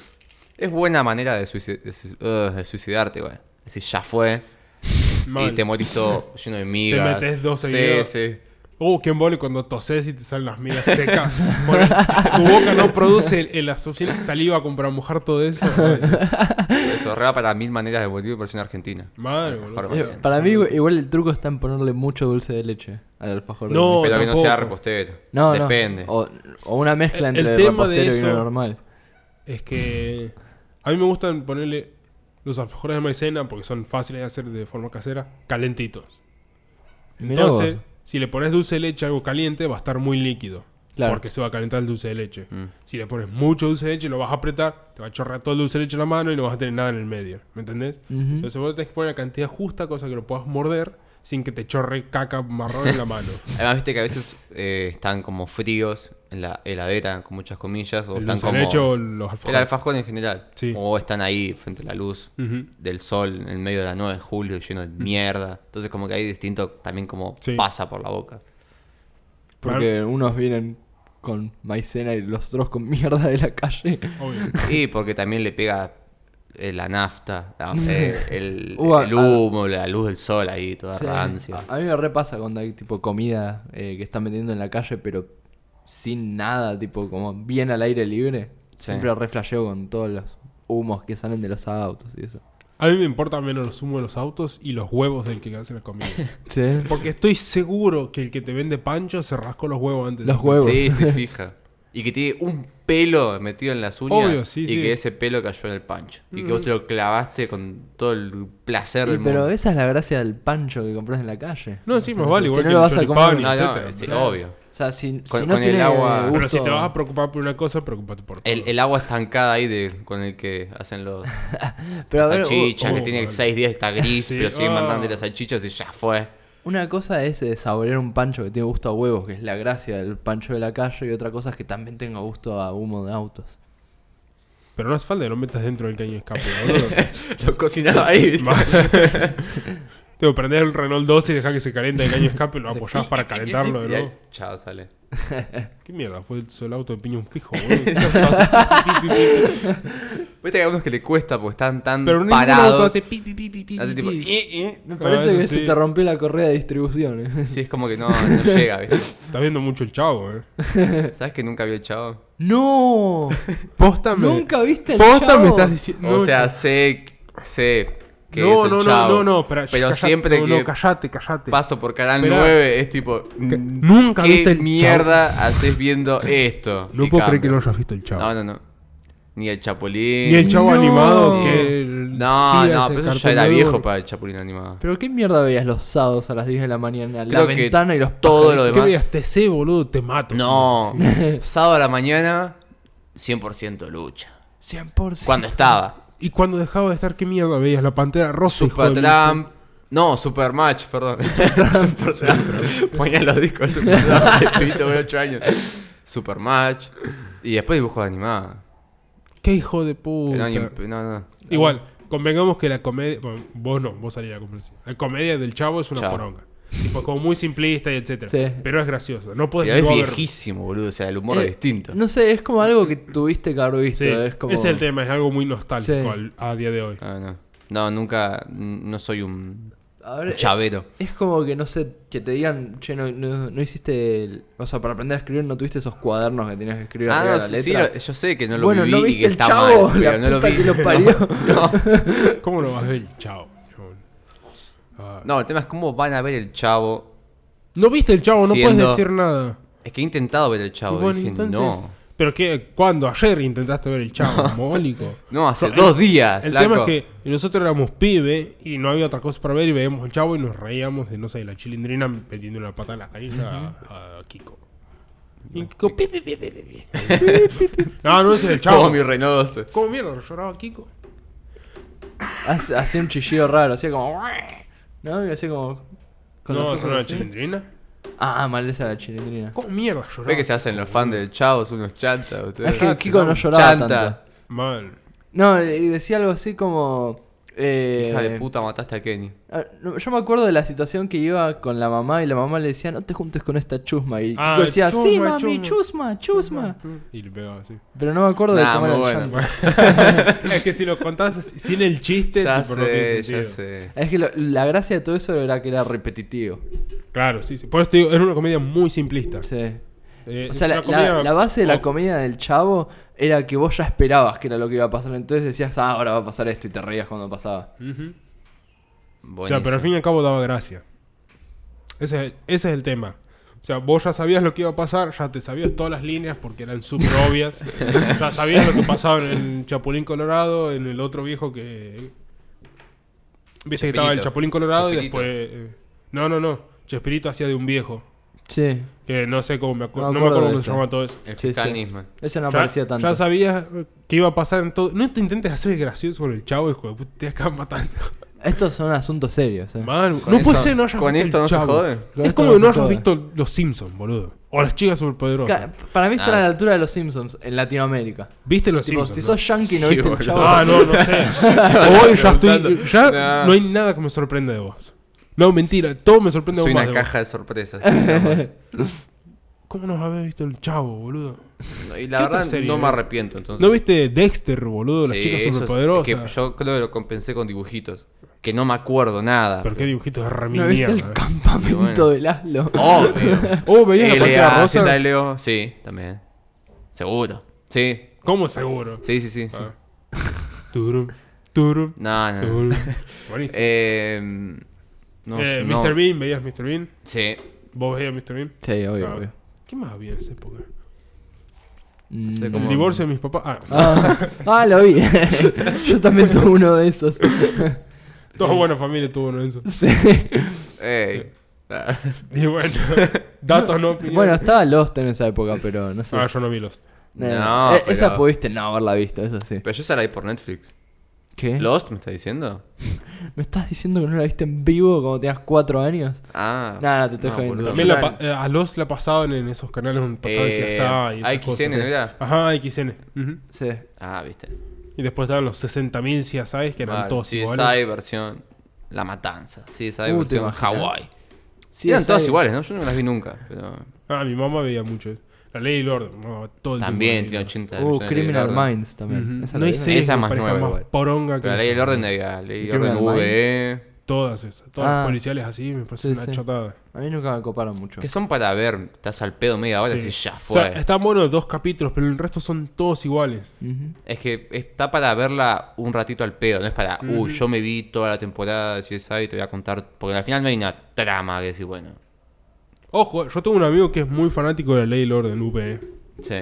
Es buena manera de, suici- de suic- ugh, de suicidarte, güey. Es decir, ya fue.
Mal.
Y te morís todo lleno de migas.
Te metes dos
Sí,
seguidos.
sí.
Uh, qué embole cuando toses y te salen las migas secas. Por- tu boca no produce el, el la suficiente saliva como para mojar todo eso.
Eso reba para mil maneras de volver versión argentina.
Madre,
Alfajor
boludo.
Eh,
maicena.
Para mí, güey, igual el truco está en ponerle mucho dulce de leche al alfajor. de
No,
maicena.
Pero que no
tampoco.
sea repostero.
no, Oh. no.
Depende.
O, o una mezcla
El-
entre
el
el,
tema de
repostero y uno
eso-
normal.
Es que a mí me gustan ponerle los alfajores de maicena porque son fáciles de hacer de forma casera, calentitos.
Mirá vos.
Entonces, si le pones dulce de leche a algo caliente, va a estar muy líquido.
Claro.
Porque se va a calentar el dulce de leche.
Mm.
Si le pones mucho dulce de leche, lo vas a apretar, te va a chorrear todo el dulce de leche en la mano y no vas a tener nada en el medio. ¿Me entendés?
Ujú.
Entonces vos tenés que poner la cantidad justa, cosa que lo puedas morder sin que te chorre caca marrón en la mano.
Además, viste que a veces eh, están como fríos en la heladera, con muchas comillas. O
el
están
dulce
como.
de leche o los
El
alfajores.
alfajor en general.
Sí.
O están ahí frente a la luz
Ujú.
del sol en el medio de la 9 de julio lleno de mierda. Entonces como que hay distinto también como
Sí.
pasa por la boca.
Porque unos vienen con maicena y los otros con mierda de la calle.
Obvio.
Y porque también le pega eh, la nafta, la- eh, el,
Uh, a-
el
ah,
humo, la luz del sol ahí, toda
Sí.
rancia.
A, a mí me repasa cuando hay tipo comida eh, que están vendiendo en la calle, pero sin nada, tipo como bien al aire libre.
Sí.
Siempre reflasheo con todos los humos que salen de los autos y eso.
A mí me importan menos los humos de los autos y los huevos del que hace la comida.
Sí.
Porque estoy seguro que el que te vende pancho se rascó los huevos antes. de
Los
hacer.
huevos.
Sí, se fija. Y que tiene un pelo metido en las uñas
Obvio, sí,
y
sí. Mm.
que ese pelo cayó en el pancho. Y que vos te lo clavaste con todo el placer
Y
del
pero
mundo.
esa es la gracia del pancho que compras en la calle.
No, sí, más vale,
Si
igual
no
que
lo
el
vas a
choripán,
comer,
No, no,
etcétera.
sí, obvio.
O sea, si,
Con-
si no
con el
tiene
agua-
gusto-
Ah, Pero si te vas a preocupar por una cosa, preocupate por todo.
El, el agua estancada ahí de, con el que hacen los
Pero a ver,
salchichas,
uh,
que
uh,
tiene
vale.
6 días está gris,
Sí,
pero siguen
ah.
mandando las salchichas y ya fue.
Una cosa es eh, saborear un pancho que tiene gusto a huevos, que es la gracia del pancho de la calle, y otra cosa es que también tenga gusto a humo de autos.
Pero no hace falta que lo metas dentro del caño de escape, boludo.
Lo cocinaba ahí. ¿viste?
Tengo que prender el Renault 12 y dejar que se caliente el caño de escape y lo apoyás para calentarlo de
Y ahí,
nuevo.
Chao, sale.
¿Qué mierda? Fue el solo auto de piñón fijo, boludo. ¿Qué hace?
Viste que hay unos que le cuesta porque están tan
Pero ningún auto
parados.
hace pi, pi, pi, pi, pi,
Hace
pi,
tipo,
pi.
"Eh, eh".
Me
Ah,
parece
eso
que
sí.
se te rompió la correa de distribución. eh.
Sí, es como que no, no llega, ¿viste?
Estás viendo mucho el chavo, eh.
¿Sabes que nunca vio el chavo?
¡No!
Póstame.
¿Nunca viste el
Posta
Chavo?
me estás diciendo.
o
No,
sea, sé, sé que
no,
es el
no, no,
Chavo,
no, no, pero, callate,
siempre
no,
que
no, callate, callate.
paso por Canal
Esperá.
9 es tipo,
Que- Nunca
¿qué
viste el
mierda haces viendo esto?
Chavo. No
Y
puedo creer que
cambia.
no hayas visto el chavo.
No, no, no. Ni el Chapulín.
Ni el chavo
No.
animado que. el-
No,
sí,
no,
ese
pero eso ya
cartón
era
de
viejo
oro.
para el Chapulín animado.
¿Pero qué mierda veías los sábados a las 10 de la mañana? La
Creo que
ventana y los
todo lo
pájaros.
¿Qué
demás.
veías TC, boludo? Te mato.
No, sábado a la mañana, 100% lucha.
100%.
Cuando estaba.
¿Y cuando dejaba de estar qué mierda veías? La pantera rosa. hijo de mil-
Supertramp. No, Supermatch, perdón. Supertramp. Ponía los discos de Supertramp de pibito de 8 años. Supermatch. Y después dibujos animados.
Qué hijo de
Pero
puta.
No, ni- no, no.
Igual, convengamos que la comedia. bueno, vos no, vos salís a la conversación. La comedia del chavo es una
Chavo.
poronga. Tipo, es como muy simplista y etcétera.
Sí.
Pero es graciosa. No
Pero
podés
es
no haber-
viejísimo, boludo. O sea, el humor
Eh,
es distinto.
No sé, es como algo que tuviste que haber visto. eh,
Sí,
Es como...
Ese es el tema, es algo muy nostálgico
Sí.
al- a día de hoy.
Ah, no. No, nunca. No soy un
A
Eh,
ver,
chavero.
Es como que no sé, que te digan, che, no, no- no hiciste. el- O sea, para aprender a escribir no tuviste esos cuadernos que tenías que escribir
Ah,
arriba
no,
de
sí,
la
sí,
letra.
lo- yo sé que no lo
bueno,
viví
no
y
viste
que
el
está
chavo,
mal,
la
pero no lo
puta
vi.
que lo parió.
¿Cómo no vas a ver el chavo? chabón? Ah.
No, el tema es cómo van a ver el chavo.
No viste el chavo, no
Siendo-
puedes decir nada.
Es que he intentado ver el chavo.
Y bueno,
dije,
entonces-
no.
¿Pero qué? ¿Cuándo? ¿Ayer intentaste ver el chavo? Mólico.
No, hace
No, el-
dos días.
El
flaco.
tema es que nosotros éramos pibe y no había otra cosa para ver y veíamos el chavo y nos reíamos de, no sé, la chilindrina metiendo una pata en la canilla a, a Kiko. Y Kiko, pi, pi, pi, pi, pi, pi. No, no es el chavo.
Como mi Renault 12.
¿Cómo mierda? Lloraba Kiko.
Hace- Hacía un chillido raro, hacía como. ¿No? Y hacía como. con los
No,
ojos
esa no era
así.
chilindrina.
Ah, mal esa la chilindrina.
¿Cómo mierda lloraba?
¿Ves que se hacen los fans del Chavo? Son unos chantas
Es
ustedes.
que Kiko Ah, no lloraba
Chanta.
tanto.
Mal.
No, y decía algo así como. eh,
Hija de puta, mataste a Kenny.
ah, no, Yo me acuerdo de la situación que iba con la mamá y la mamá le decía, no te juntes con esta chusma. Y
Ah,
Kiko decía, sí,
chusma,
mami, chusma, chusma.
Y le pegaba así.
Pero no me acuerdo
Nah,
de cómo
muy
era el
bueno.
llanto.
es que si lo contás así, sin el chiste,
Ya
tipo, no
sé,
tiene
ya
sentido.
sé.
Es que lo- la gracia de todo eso era que era repetitivo.
Claro, sí, sí. Por eso te digo, era una comedia muy simplista.
Sí.
Eh,
O
es
sea, la,
una comedia
la- la base de la
pop.
comida del chavo era que vos ya esperabas que era lo que iba a pasar. Entonces decías, ah, ahora va a pasar esto y te reías cuando pasaba.
Ujú. O sea,
Buenísimo.
pero al fin y al cabo daba gracia. Ese es, ese es el tema. O sea, vos ya sabías lo que iba a pasar, ya te sabías todas las líneas porque eran súper obvias. ya sabías lo que pasaba en el Chapulín Colorado, en el otro viejo que. Viste que estaba el
Chespirito.
Chapulín Colorado
Chespirito.
y después. eh, No, no, no. Chespirito hacía de un viejo.
Sí.
Que no sé cómo me acuerdo.
No
No,
me
me acuerdo
acuerdo de
cómo se
eso.
llama todo eso.
El
Sí,
fiscal
sí.
Nisman.
Eso no
Ya-
aparecía tanto.
Ya sabías que iba a pasar en todo. No te intentes hacer el gracioso con el chavo, hijo de puta, te acaban matando.
Estos son asuntos serios. eh.
Man,
Con
no
eso-
puede ser, no hayas
con
visto
esto
el
no se
Chavo.
jode.
Con
Es
esto
como
no
que no
se
hayas
jode.
visto Los Simpsons, boludo. O las chicas superpoderosas.
Ca- Para mí están
Ah,
a la
sí.
altura de los Simpsons en Latinoamérica.
¿Viste Los
Tipo,
Simpsons?
si
no?
sos yankee y no
Sí,
viste el
boludo.
chavo.
Ah, no, no sé. Hoy ya estoy.
Preguntando.
Ya
Nah.
no hay nada que me sorprenda de vos. No, mentira, todo me sorprende
Soy
de vos.
una
más de vos.
caja de sorpresas.
¿Cómo no habés visto el chavo, boludo?
y
¿Qué
la
otra
verdad,
serie?
no me arrepiento. Entonces,
¿No viste Dexter, boludo? Las
Sí, eso
chicas
es-
superpoderosas.
es que yo creo que lo compensé con dibujitos. Que no me acuerdo nada.
Pero qué dibujitos de
¿No viste
remierda.
el campamento
bueno.
de Laszlo?
Obvio.
Oh, veía la pantalla
LA,
rosa.
ZLO. Sí, también. Seguro. Sí.
¿Cómo seguro?
Sí, sí, sí. sí.
Ah. Turum, turum,
No, no.
turum. Buenísimo.
Ah. Eh, no,
Eh,
no.
Mr. Bean, ¿veías Mr. Bean?
Sí.
¿Vos veías Mr. Bean?
Sí, obvio,
Ah.
obvio.
¿Qué más había en esa época?
Mm.
sé
El
cómo-
divorcio de mis papás. Ah,
Ah, ah, lo vi. Yo también tuve uno de esos.
toda buena familia tuvo uno de esos.
Sí.
Ey. Ah,
Y bueno, datos no opiniones.
Bueno, estaba Lost en esa época, pero no sé.
Ah, yo no vi Lost.
Eh,
No,
eh, Esa
pero-
pudiste no haberla visto, eso sí.
Pero yo se la vi por Netflix.
¿Qué?
¿Lost me está diciendo?
¿Me estás diciendo que no la viste en vivo cuando tenías cuatro años?
Ah.
No, no, te estoy jodiendo.
boludo.
También la pa- eh, a Lost la pasaban en esos canales donde pasaban
Eh,
CSI y esas
AXN,
cosas.
¿no era?
Ajá, XN. Ujú.
Sí.
Ah, viste.
Y después estaban los 60.000 CSI que eran
Vale,
todos
CSI
iguales.
versión La Matanza. CSI
Uh, ¿te
versión
imaginas?
Hawái.
Sí,
Eran
esa-
todas iguales, ¿no? Yo no las vi nunca. Pero
Ah, mi mamá veía mucho eso. La ley y el orden. no, todo el
también
tiempo.
tiene 80
Uh,
millones de
Criminal
dólares.
Minds también.
Ujú.
Esa
No
la
hay
vi.
serie.
series que
Esa más
parezcan
nueva
más
igual.
poronga que
La ley
esa.
del orden había, ley del
Criminal
orden eh, VE.
Todas esas. Todas las
Ah.
policiales así me parece
Sí,
una
sí.
chotada.
A mí nunca me coparon mucho.
Que son para ver, estás al pedo media hora
Sí.
y ya
O
fue.
sea, están buenos dos capítulos, pero el resto son todos iguales.
Ujú.
Es que está para verla un ratito al pedo, no es para, uh,
Ujú.
yo me vi toda la temporada de CSI y te voy a contar. Porque al final no hay una trama que decir, bueno.
Ojo, yo tengo un amigo que es muy fanático de la ley y el orden, UPE.
Sí.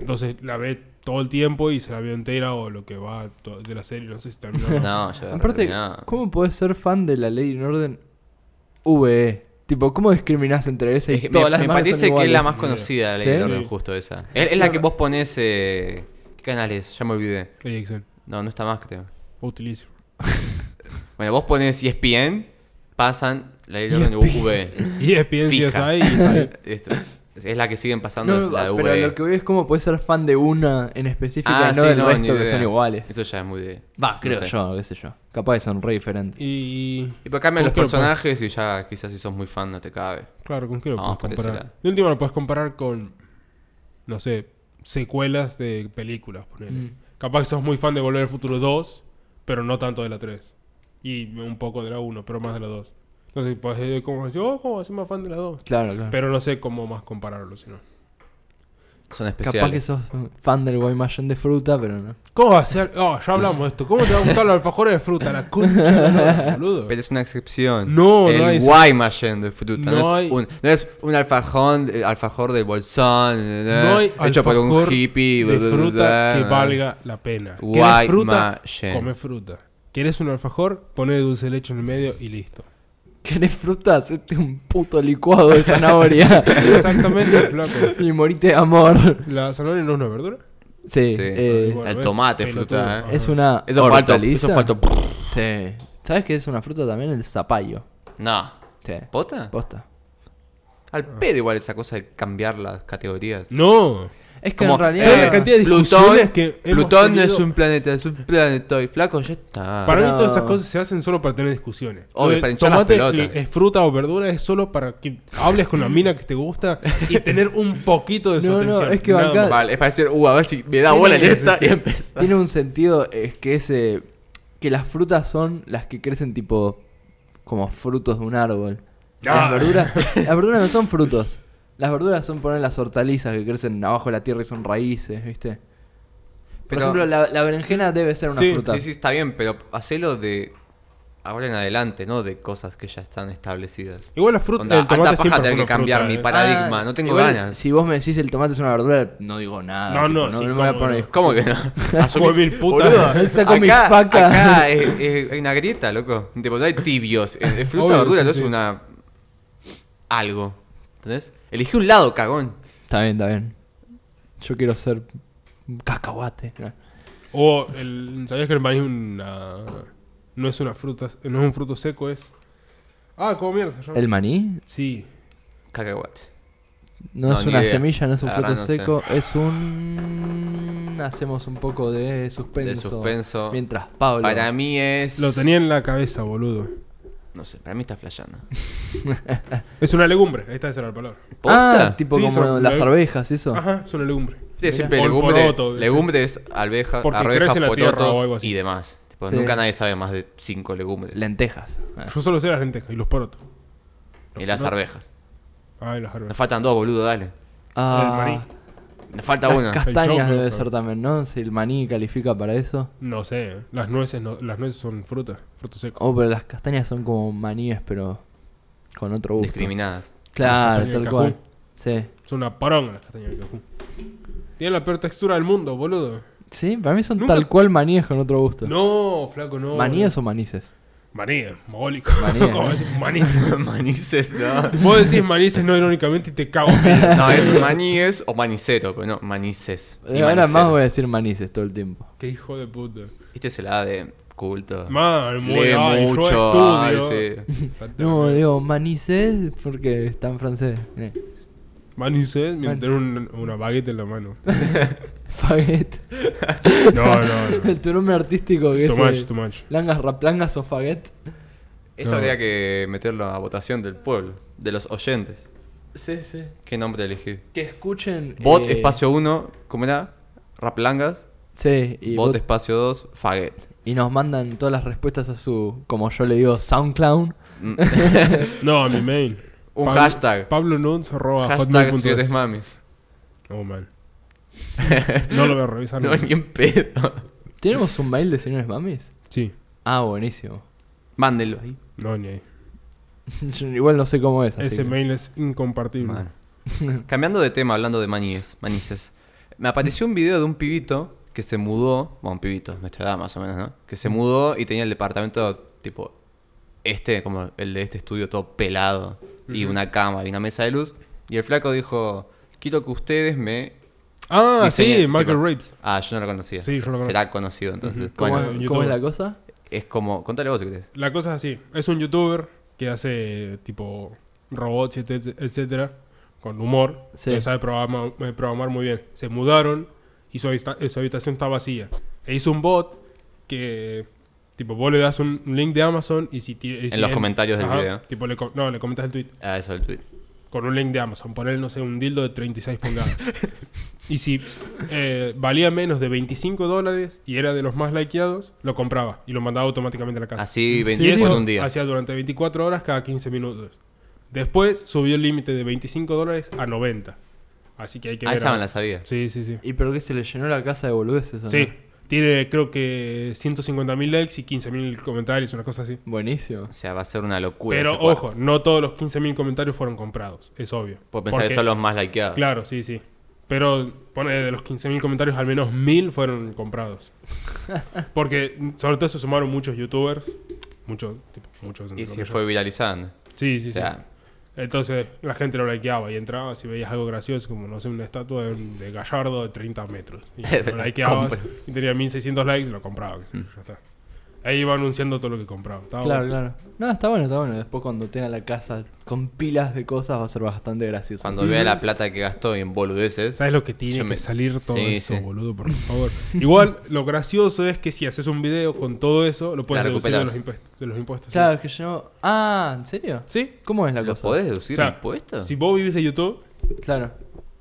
Entonces la ve todo el tiempo y se la vio entera o lo que va to- de la serie, no sé si terminó. o no.
No, ya
Aparte,
no.
¿cómo podés ser fan de la ley en orden VE? Tipo, ¿cómo discriminás entre esa y
Es que
todas
me,
las
me
demás que
parece
son
que es la
iguales?
más
Sí.
conocida, la ley
¿Sí?
del orden,
Sí.
justo esa. Es, es la que vos ponés. eh, ¿Qué canal es? Ya me olvidé.
Ericsson,
No, no está más, creo.
utilizo.
Bueno, vos ponés E ESPN, pasan la ley del orden V.
Y es ciencia
Fija.
y está ahí.
Esto. Es la que siguen pasando,
No,
es la E. de
pero
VE.
lo que voy es cómo podés ser fan de una en específica y no
Ah, sí,
del
no, ni
resto que
idea.
son iguales.
Eso ya es muy de.
Va, creo
no sé.
yo, qué sé yo. Capaz que son re diferentes.
Y.
Y pues cambian los
¿Con qué lo
personajes y ya quizás si sos muy fan no te cabe.
podés- Claro, ¿con qué lo
Vamos
puedes
por ese
comparar?
lado.
De último lo puedes comparar con. No sé, secuelas de películas, ponele.
Mm.
Capaz que sos muy fan de Volver al Futuro 2, pero no tanto de la 3. Y un poco de la 1, pero más de la 2. Entonces, pues, eh, como decir, oh, ¿cómo soy más fan de la 2?
Claro, claro.
Pero no sé cómo más compararlo, sino.
Son
Capaz que
especiales.
sos fan del Guaymallén de fruta, pero no.
¿Cómo va a ser? Oh, ya hablamos de esto. ¿Cómo te va a gustar los alfajores de fruta? La concha, de la lora, boludo.
Pero es una excepción.
No, no
El
hay-
Guaymallén de fruta. No,
No
es,
hay-
un, no es un alfajón, eh, alfajor de bolsón. eh,
No hay
hecho por un
alfajor
hippie.
de
bla, bla,
fruta
bla,
que
bla.
valga la pena. ¿Quieres
Guay,
fruta?
ma, shen.
Come fruta. ¿Quieres un alfajor? Poné dulce de leche en el medio y listo.
¿Querés frutas? Este es un puto licuado de zanahoria.
Exactamente, flaco.
y morite de amor.
¿La zanahoria no es una verdura?
Sí.
Sí.
eh,
Bueno,
el
ves,
tomate,
pelotudo.
fruta, eh.
Ajá.
es una
Eso falta.
hortaliza.
Eso falta.
Sí. ¿Sabes qué es una fruta también? El zapallo.
No.
Sí.
¿Pota?
Posta.
Al
Ah.
pedo igual esa cosa de cambiar las categorías.
No.
Es que
Como, eh,
en realidad.
¿Sabes la cantidad de discusiones que hemos
Plutón no
tenido?
es un planeta, es un planeta. Y flaco, ya está.
Para mí
no.
todas esas cosas se hacen solo para tener discusiones.
Ah. Obvio,
Lo de
para hinchar las
tomate
pelotas.
Es fruta o verdura, es solo para que hables con la mina que te gusta y tener un poquito de su
No, no,
atención.
es que
Nada
bancá-
más.
Vale, es para decir, uh, a ver si me da
Tiene-
bola en
sí, sí,
esta
sí.
y empezás.
Tiene un sentido es que ese que las frutas son las que crecen tipo como frutos de un árbol. Las
Ah.
verduras, las verduras no son frutos. Las verduras son poner las hortalizas que crecen abajo de la tierra y son raíces, ¿viste? Por
Pero-
ejemplo, la, la berenjena debe ser una
Sí,
fruta.
Sí, sí, está bien, pero hacelo de ahora en adelante, ¿no? De cosas que ya están establecidas.
Igual la fruta,
Onda,
el tomate
alta paja
siempre
tener
fue
que
una
cambiar
fruta,
mi
eh.
paradigma,
Ah,
no tengo
igual,
ganas.
Si vos me decís el tomate es una verdura, no digo nada.
No, no,
tipo,
sí,
me voy a
cómo
poner-
no.
¿Cómo que no?
Hijo de mil putas.
Boludo,
Saco mi
acá-
faca.
Acá es, es- hay una grieta, loco. Tipo, no hay tibios. Es, es fruta
Obvio,
verdura,
sí,
no
sí.
es una. algo. ¿Entendés? Elegí un lado, cagón.
Está bien, está bien. Yo quiero ser un cacahuate.
O el, ¿sabías que el maíz es una, no es una fruta, no es un fruto seco, es... Ah, como mierda. se llama?
¿El maní?
Sí.
Cacahuate.
No,
No,
es
ni
una
idea.
semilla, no es un
La
fruto
verdad no sé.
seco, es un... Hacemos un poco de suspenso.
De suspenso.
Mientras Pablo...
Para mí es.
Lo tenía en la cabeza, boludo.
No sé, para mí está flasheando.
Es una legumbre, esta es la palabra.
¿Posta?
Ah, tipo
Sí,
como
son-
las
la-
arvejas, eso.
Ajá, es una legumbre.
Sí, siempre
O el
legumbre,
poroto, ¿viste?
legumbres, alvejas,
Porque
arvejas,
crece en la tierra
pototos
o algo así.
y demás. Tipo,
Sí.
Nunca nadie sabe más de cinco legumbres.
Lentejas. Ah.
Yo solo sé las lentejas y los porotos.
y las
no-
arvejas.
Ah, y las arvejas.
Nos faltan dos, boludo, dale.
Ah,
El maní.
Nos falta
las
una.
El
castañas
choclo,
debe
claro.
ser también, ¿no? Si el maní califica para eso.
No sé, eh. las nueces, no- las nueces son fruta, fruto seco.
Oh, pero las castañas son como maníes, pero con otro gusto.
Discriminadas.
Claro,
Castaña de
tal
cajú.
cual. Sí.
Son una poronga las castañas de cajú. Tienen la peor textura del mundo, boludo.
Sí, para mí son
Nunca-
tal cual maníes con otro gusto.
No, flaco, no.
¿Maníes o manices?
Maníes, mogólico.
Maníes.
eh.
¿Cómo decís? Manices.
Manices, no.
Vos decís manices no irónicamente y te cago. en pedo.
No, es maníes o manicero, pero no, manices. y
Eh, Ahora más
manicero.
voy a decir manices todo el tiempo.
Qué hijo de puta.
Este es el A de culto.
Man, muy
Lee
ay, yo
mucho. ay,
estudio.
sí.
No, digo manices porque está en francés. Eh,
Manices,
Man-
mientras tener un- una baguette en la mano.
Faguet.
No, no, no.
tu nombre artístico que
Too
es.
much,
eh,
too much.
Langas, raplangas o faguet.
Eso
No.
habría que meterlo a votación del pueblo, de los oyentes.
Sí, sí.
¿Qué nombre elegir?
Que escuchen.
Bot
eh,
espacio 1, ¿cómo era? Raplangas.
Sí, y,
bot,
bot-
espacio 2, Faguet.
y nos mandan todas las respuestas a su, como yo le digo, SoundCloud.
Mm.
No, a mi mail.
Un
Pablo-
hashtag.
Pablo Nunes arroba
hashtag
hotmail.es.
si eres mamis.
Oh, man. No lo voy a revisar.
No,
no.
ni en pedo.
¿Tenemos un mail de señores mamis?
Sí,
Ah, buenísimo.
Mándelo ahí.
no, ni ahí.
Yo igual no sé cómo es. así
Ese
que-
mail es incompartible.
Man. Cambiando de tema, hablando de maníes, manices. Me apareció un video de un pibito que se mudó, bueno, un pibito, nuestra edad más o menos, ¿no? Que se mudó y tenía el departamento tipo este, como el de este estudio todo pelado y
Ujú.
una cama y una mesa de luz. Y el flaco dijo, quiero que ustedes me...
Ah,
diseñen",
sí, Michael
tipo-
Rapes.
Ah, yo no lo conocía.
Sí, yo lo conozco.
Será conocido entonces.
Ujú.
¿Cómo,
Bueno,
en
es, cómo es
YouTube.
la cosa?
es como... Contale vos si querés.
La cosa es así. Es un youtuber que hace tipo robots, et- et- etcétera, con humor.
Sí.
Que sabe programar, eh, programar muy bien. Se mudaron y su, habita- eh, su habitación está vacía. E hizo un bot que tipo vos le das un un link de Amazon y si ti- y si
los
en-
comentarios del video.
Tipo, le com- no, le comentas el tweet.
Ah, eso del tweet.
con un link de Amazon, poner, no sé, un dildo de 36 pulgadas. y si eh, valía menos de 25 dólares y era de los más likeados, lo compraba y lo mandaba automáticamente a la casa.
Así
¿En
20
serio?
por un día.
hacía durante 24 horas cada 15 minutos. Después subió el límite de 25 dólares a 90. Así que hay que
Ah,
ver.
esa
a-
me la sabía.
Sí, sí, sí.
¿Y pero qué se le llenó la casa de boludeces? o no?
Sí. Tiene creo que 150.000 likes y 15.000 comentarios, una cosa así.
Buenísimo.
O sea, va a ser una locura.
Pero
ese cuarto.
ojo, no todos los 15.000 comentarios fueron comprados, es obvio.
Puedo pensar que
Porque-
son los más likeados.
Claro, sí, sí. Pero pone de los 15.000 comentarios, al menos 1.000 fueron comprados. Porque sobre todo se sumaron muchos youtubers Mucho, tipo, mucho entre
Y se
comillas.
fue viralizando.
Sí, sí,
O sea,
sí. Entonces la gente lo likeaba y entraba si veías algo gracioso, como no sé, una estatua de, un- de Gallardo de 30 metros. Y lo likeabas
Compro.
y tenía 1600 likes, lo compraba. qué sé
Mm.
yo, ya está. Ahí iba anunciando todo lo que compraba. Estaba
Claro,
Ah, bueno.
claro. No, está bueno, está bueno. Después cuando tenga la casa con pilas de cosas va a ser bastante gracioso.
cuando vea la plata que gastó en boludeces.
¿Sabes lo que tiene
Yo
que
me-
salir todo
Sí,
eso,
sí.
boludo? Por favor. Igual, lo gracioso es que si haces un video con todo eso, lo puedes
La
deducir de los,
recuperás.
impuestos, de los impuestos. sí.
Claro, que yo... Ah, ¿en serio?
¿Sí?
¿Cómo es la
¿Lo
cosa?
podés deducir
O sea,
impuestos?
Si vos vivís de YouTube,
Claro.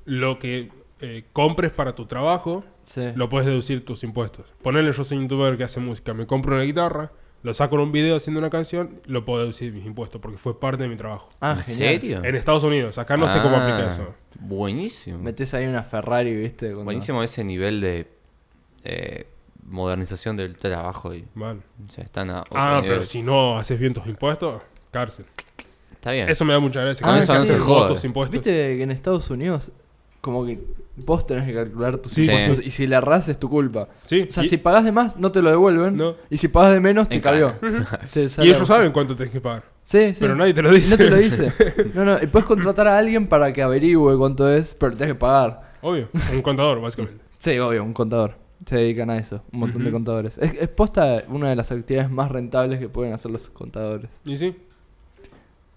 lo que eh, compres para tu trabajo,
Sí.
lo puedes deducir tus impuestos. Ponele, yo soy un youtuber que hace música, me compro una guitarra, lo saco en un video haciendo una canción, lo puedo deducir mis impuestos porque fue parte de mi trabajo.
Ah,
¿En
genial.
serio?
En Estados Unidos, acá no sé cómo
Ah,
aplica eso.
Buenísimo.
Metes ahí una Ferrari, ¿viste? Cuando-
Buenísimo ese nivel de eh, modernización del trabajo. Y,
Mal.
o sea, están a otro
Ah,
nivel.
pero si no haces bien tus impuestos, cárcel.
Está bien.
Eso me da mucha gracia.
Ah,
que
eso no
cárcel
se
vos
jode.
tus impuestos.
¿Viste que en Estados Unidos como que vos tenés que calcular tus
Sí,
impuestos
sí.
y si la errás es tu culpa?
Sí.
O sea,
y,
si pagás de más no te lo devuelven
No.
y si pagás de menos te
En
cayó. Te
y
sale-
ellos saben cuánto tenés que pagar.
Sí, sí.
Pero nadie te lo dice.
No te lo dice. No, no, y puedes contratar a alguien para que averigüe cuánto es, pero tenés que pagar.
Obvio. Un contador, básicamente.
Sí, obvio, un contador. Se dedican a eso, un montón de
Ujú.
contadores. Es, es posta una de las actividades más rentables que pueden hacer los contadores.
Y sí.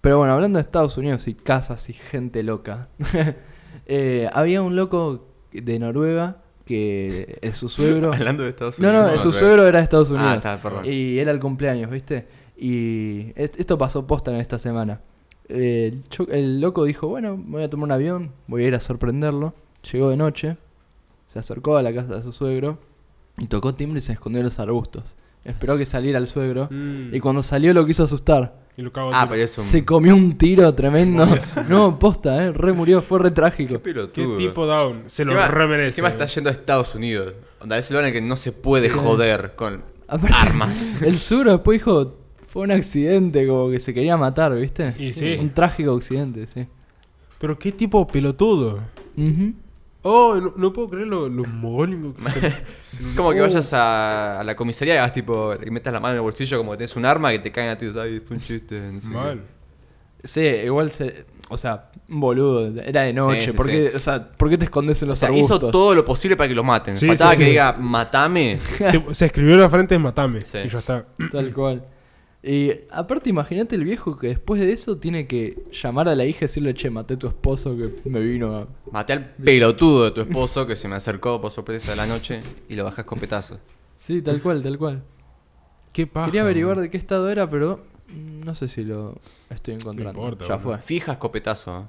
Pero bueno, hablando de Estados Unidos y casas y gente loca. eh, había un loco de Noruega que es su suegro.
Hablando de Estados
No, no, su suegro era de Estados Unidos.
Ah, está, perdón.
Y era el cumpleaños, ¿viste? Y est- esto pasó posta en esta semana. Eh, El, cho- el loco dijo, bueno, me voy a tomar un avión, voy a ir a sorprenderlo. Llegó de noche, se acercó a la casa de su suegro y tocó timbre y se escondió en los arbustos. Esperó que saliera el suegro
Mm.
y cuando salió lo quiso asustar.
Y lo cago
Ah,
así.
pero es un.
Se comió un tiro tremendo. no, posta, eh, re murió, fue re trágico.
Qué
pelotudo.
tipo down. Se lo
Encima-
remerece.
Encima está yendo a Estados Unidos. Onda, es el lugar en el que no se puede
Sí.
joder con
Aparte,
armas.
El sur después dijo, fue un accidente, como que se quería matar, ¿viste?
Y sí.
Un trágico accidente, sí.
Pero qué tipo pelotudo.
Ujú.
Oh, no, no puedo creer lo, lo mogólico que son.
Como que
Oh.
vayas a, a la comisaría y hagas tipo, y metas la mano en el bolsillo como que tenés un arma que te caen a ti. Ay, fue un chiste. no sé qué.
Mal.
Sí, igual se... O sea, un boludo, era de noche.
Sí, sí,
¿Por,
sí.
Qué, o sea, ¿Por qué te escondes en
O
los
sea, hizo
arbustos?
todo lo posible para que lo maten.
Sí,
Patada
sí,
que
sí.
diga, matame.
Tipo, se escribió en la frente matame.
Sí.
Y ya está.
Tal cual. Y aparte, imagínate el viejo que después de eso tiene que llamar a la hija y decirle, che, maté a tu esposo que me vino a...
Maté al pelotudo de tu esposo que se me acercó por sorpresa de la noche y lo bajás escopetazo.
Sí, tal cual, tal cual.
Qué
Ah.
paja.
Quería averiguar de qué estado era, pero mm, no sé si lo estoy encontrando.
importa,
ya
boludo.
fue.
Fija escopetazo. ¿eh?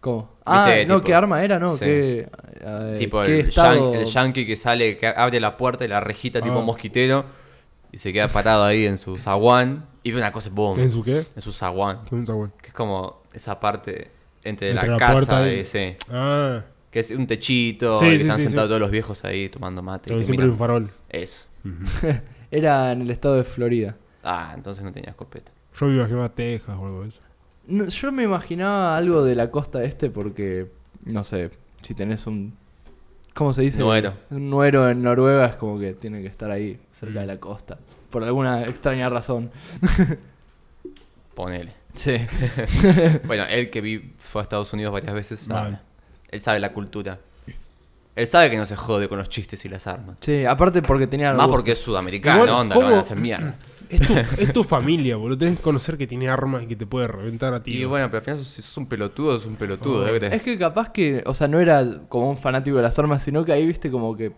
¿Cómo? Ah, no,
tipo-
¿qué arma era? No,
Sí.
¿qué, eh,
tipo
qué
el,
estado?
yan- el yankee que sale, que abre la puerta y la rejita
Ah.
tipo mosquitero y se queda parado ahí en su zaguán y ve una cosa, boom,
¿En su qué?
en su zaguán,
¿Qué es un zaguán?
que es como esa parte entre,
Entre
la,
la
casa
puerta
de
y-
ese,
Ah,
que es un techito,
Sí,
y que
sí,
están
sí,
sentados
sí.
todos los viejos ahí tomando mate. y
tengo
te
siempre un
miran.
farol.
Eso.
Era en el estado de Florida.
Ah, entonces no tenía escopeta.
Yo me imaginaba Texas o algo de eso.
No, yo me imaginaba algo de la costa este porque, no sé, si tenés un... ¿Cómo se dice?
Nuero.
Un nuero en Noruega es como que tiene que estar ahí, cerca de
Mm.
la costa. Por alguna extraña razón.
Ponele.
Sí.
Bueno, él que vi, fue a Estados Unidos varias veces, sabe.
Mal.
él sabe la cultura. Él sabe que no se jode con los chistes y las armas.
Sí, aparte porque tenía...
Más
arbustos.
porque es sudamericano,
Igual,
onda, no van
¿cómo?
a hacer mierda.
Es tu, es tu familia, boludo. Tenés que conocer que tiene armas y que te puede reventar a ti.
Y bueno, pero al final sos- si sos un pelotudo, sos un
Oh,
pelotudo. ¿eh?
Es que capaz que, o sea, no era como un fanático de las armas, sino que ahí, viste, como que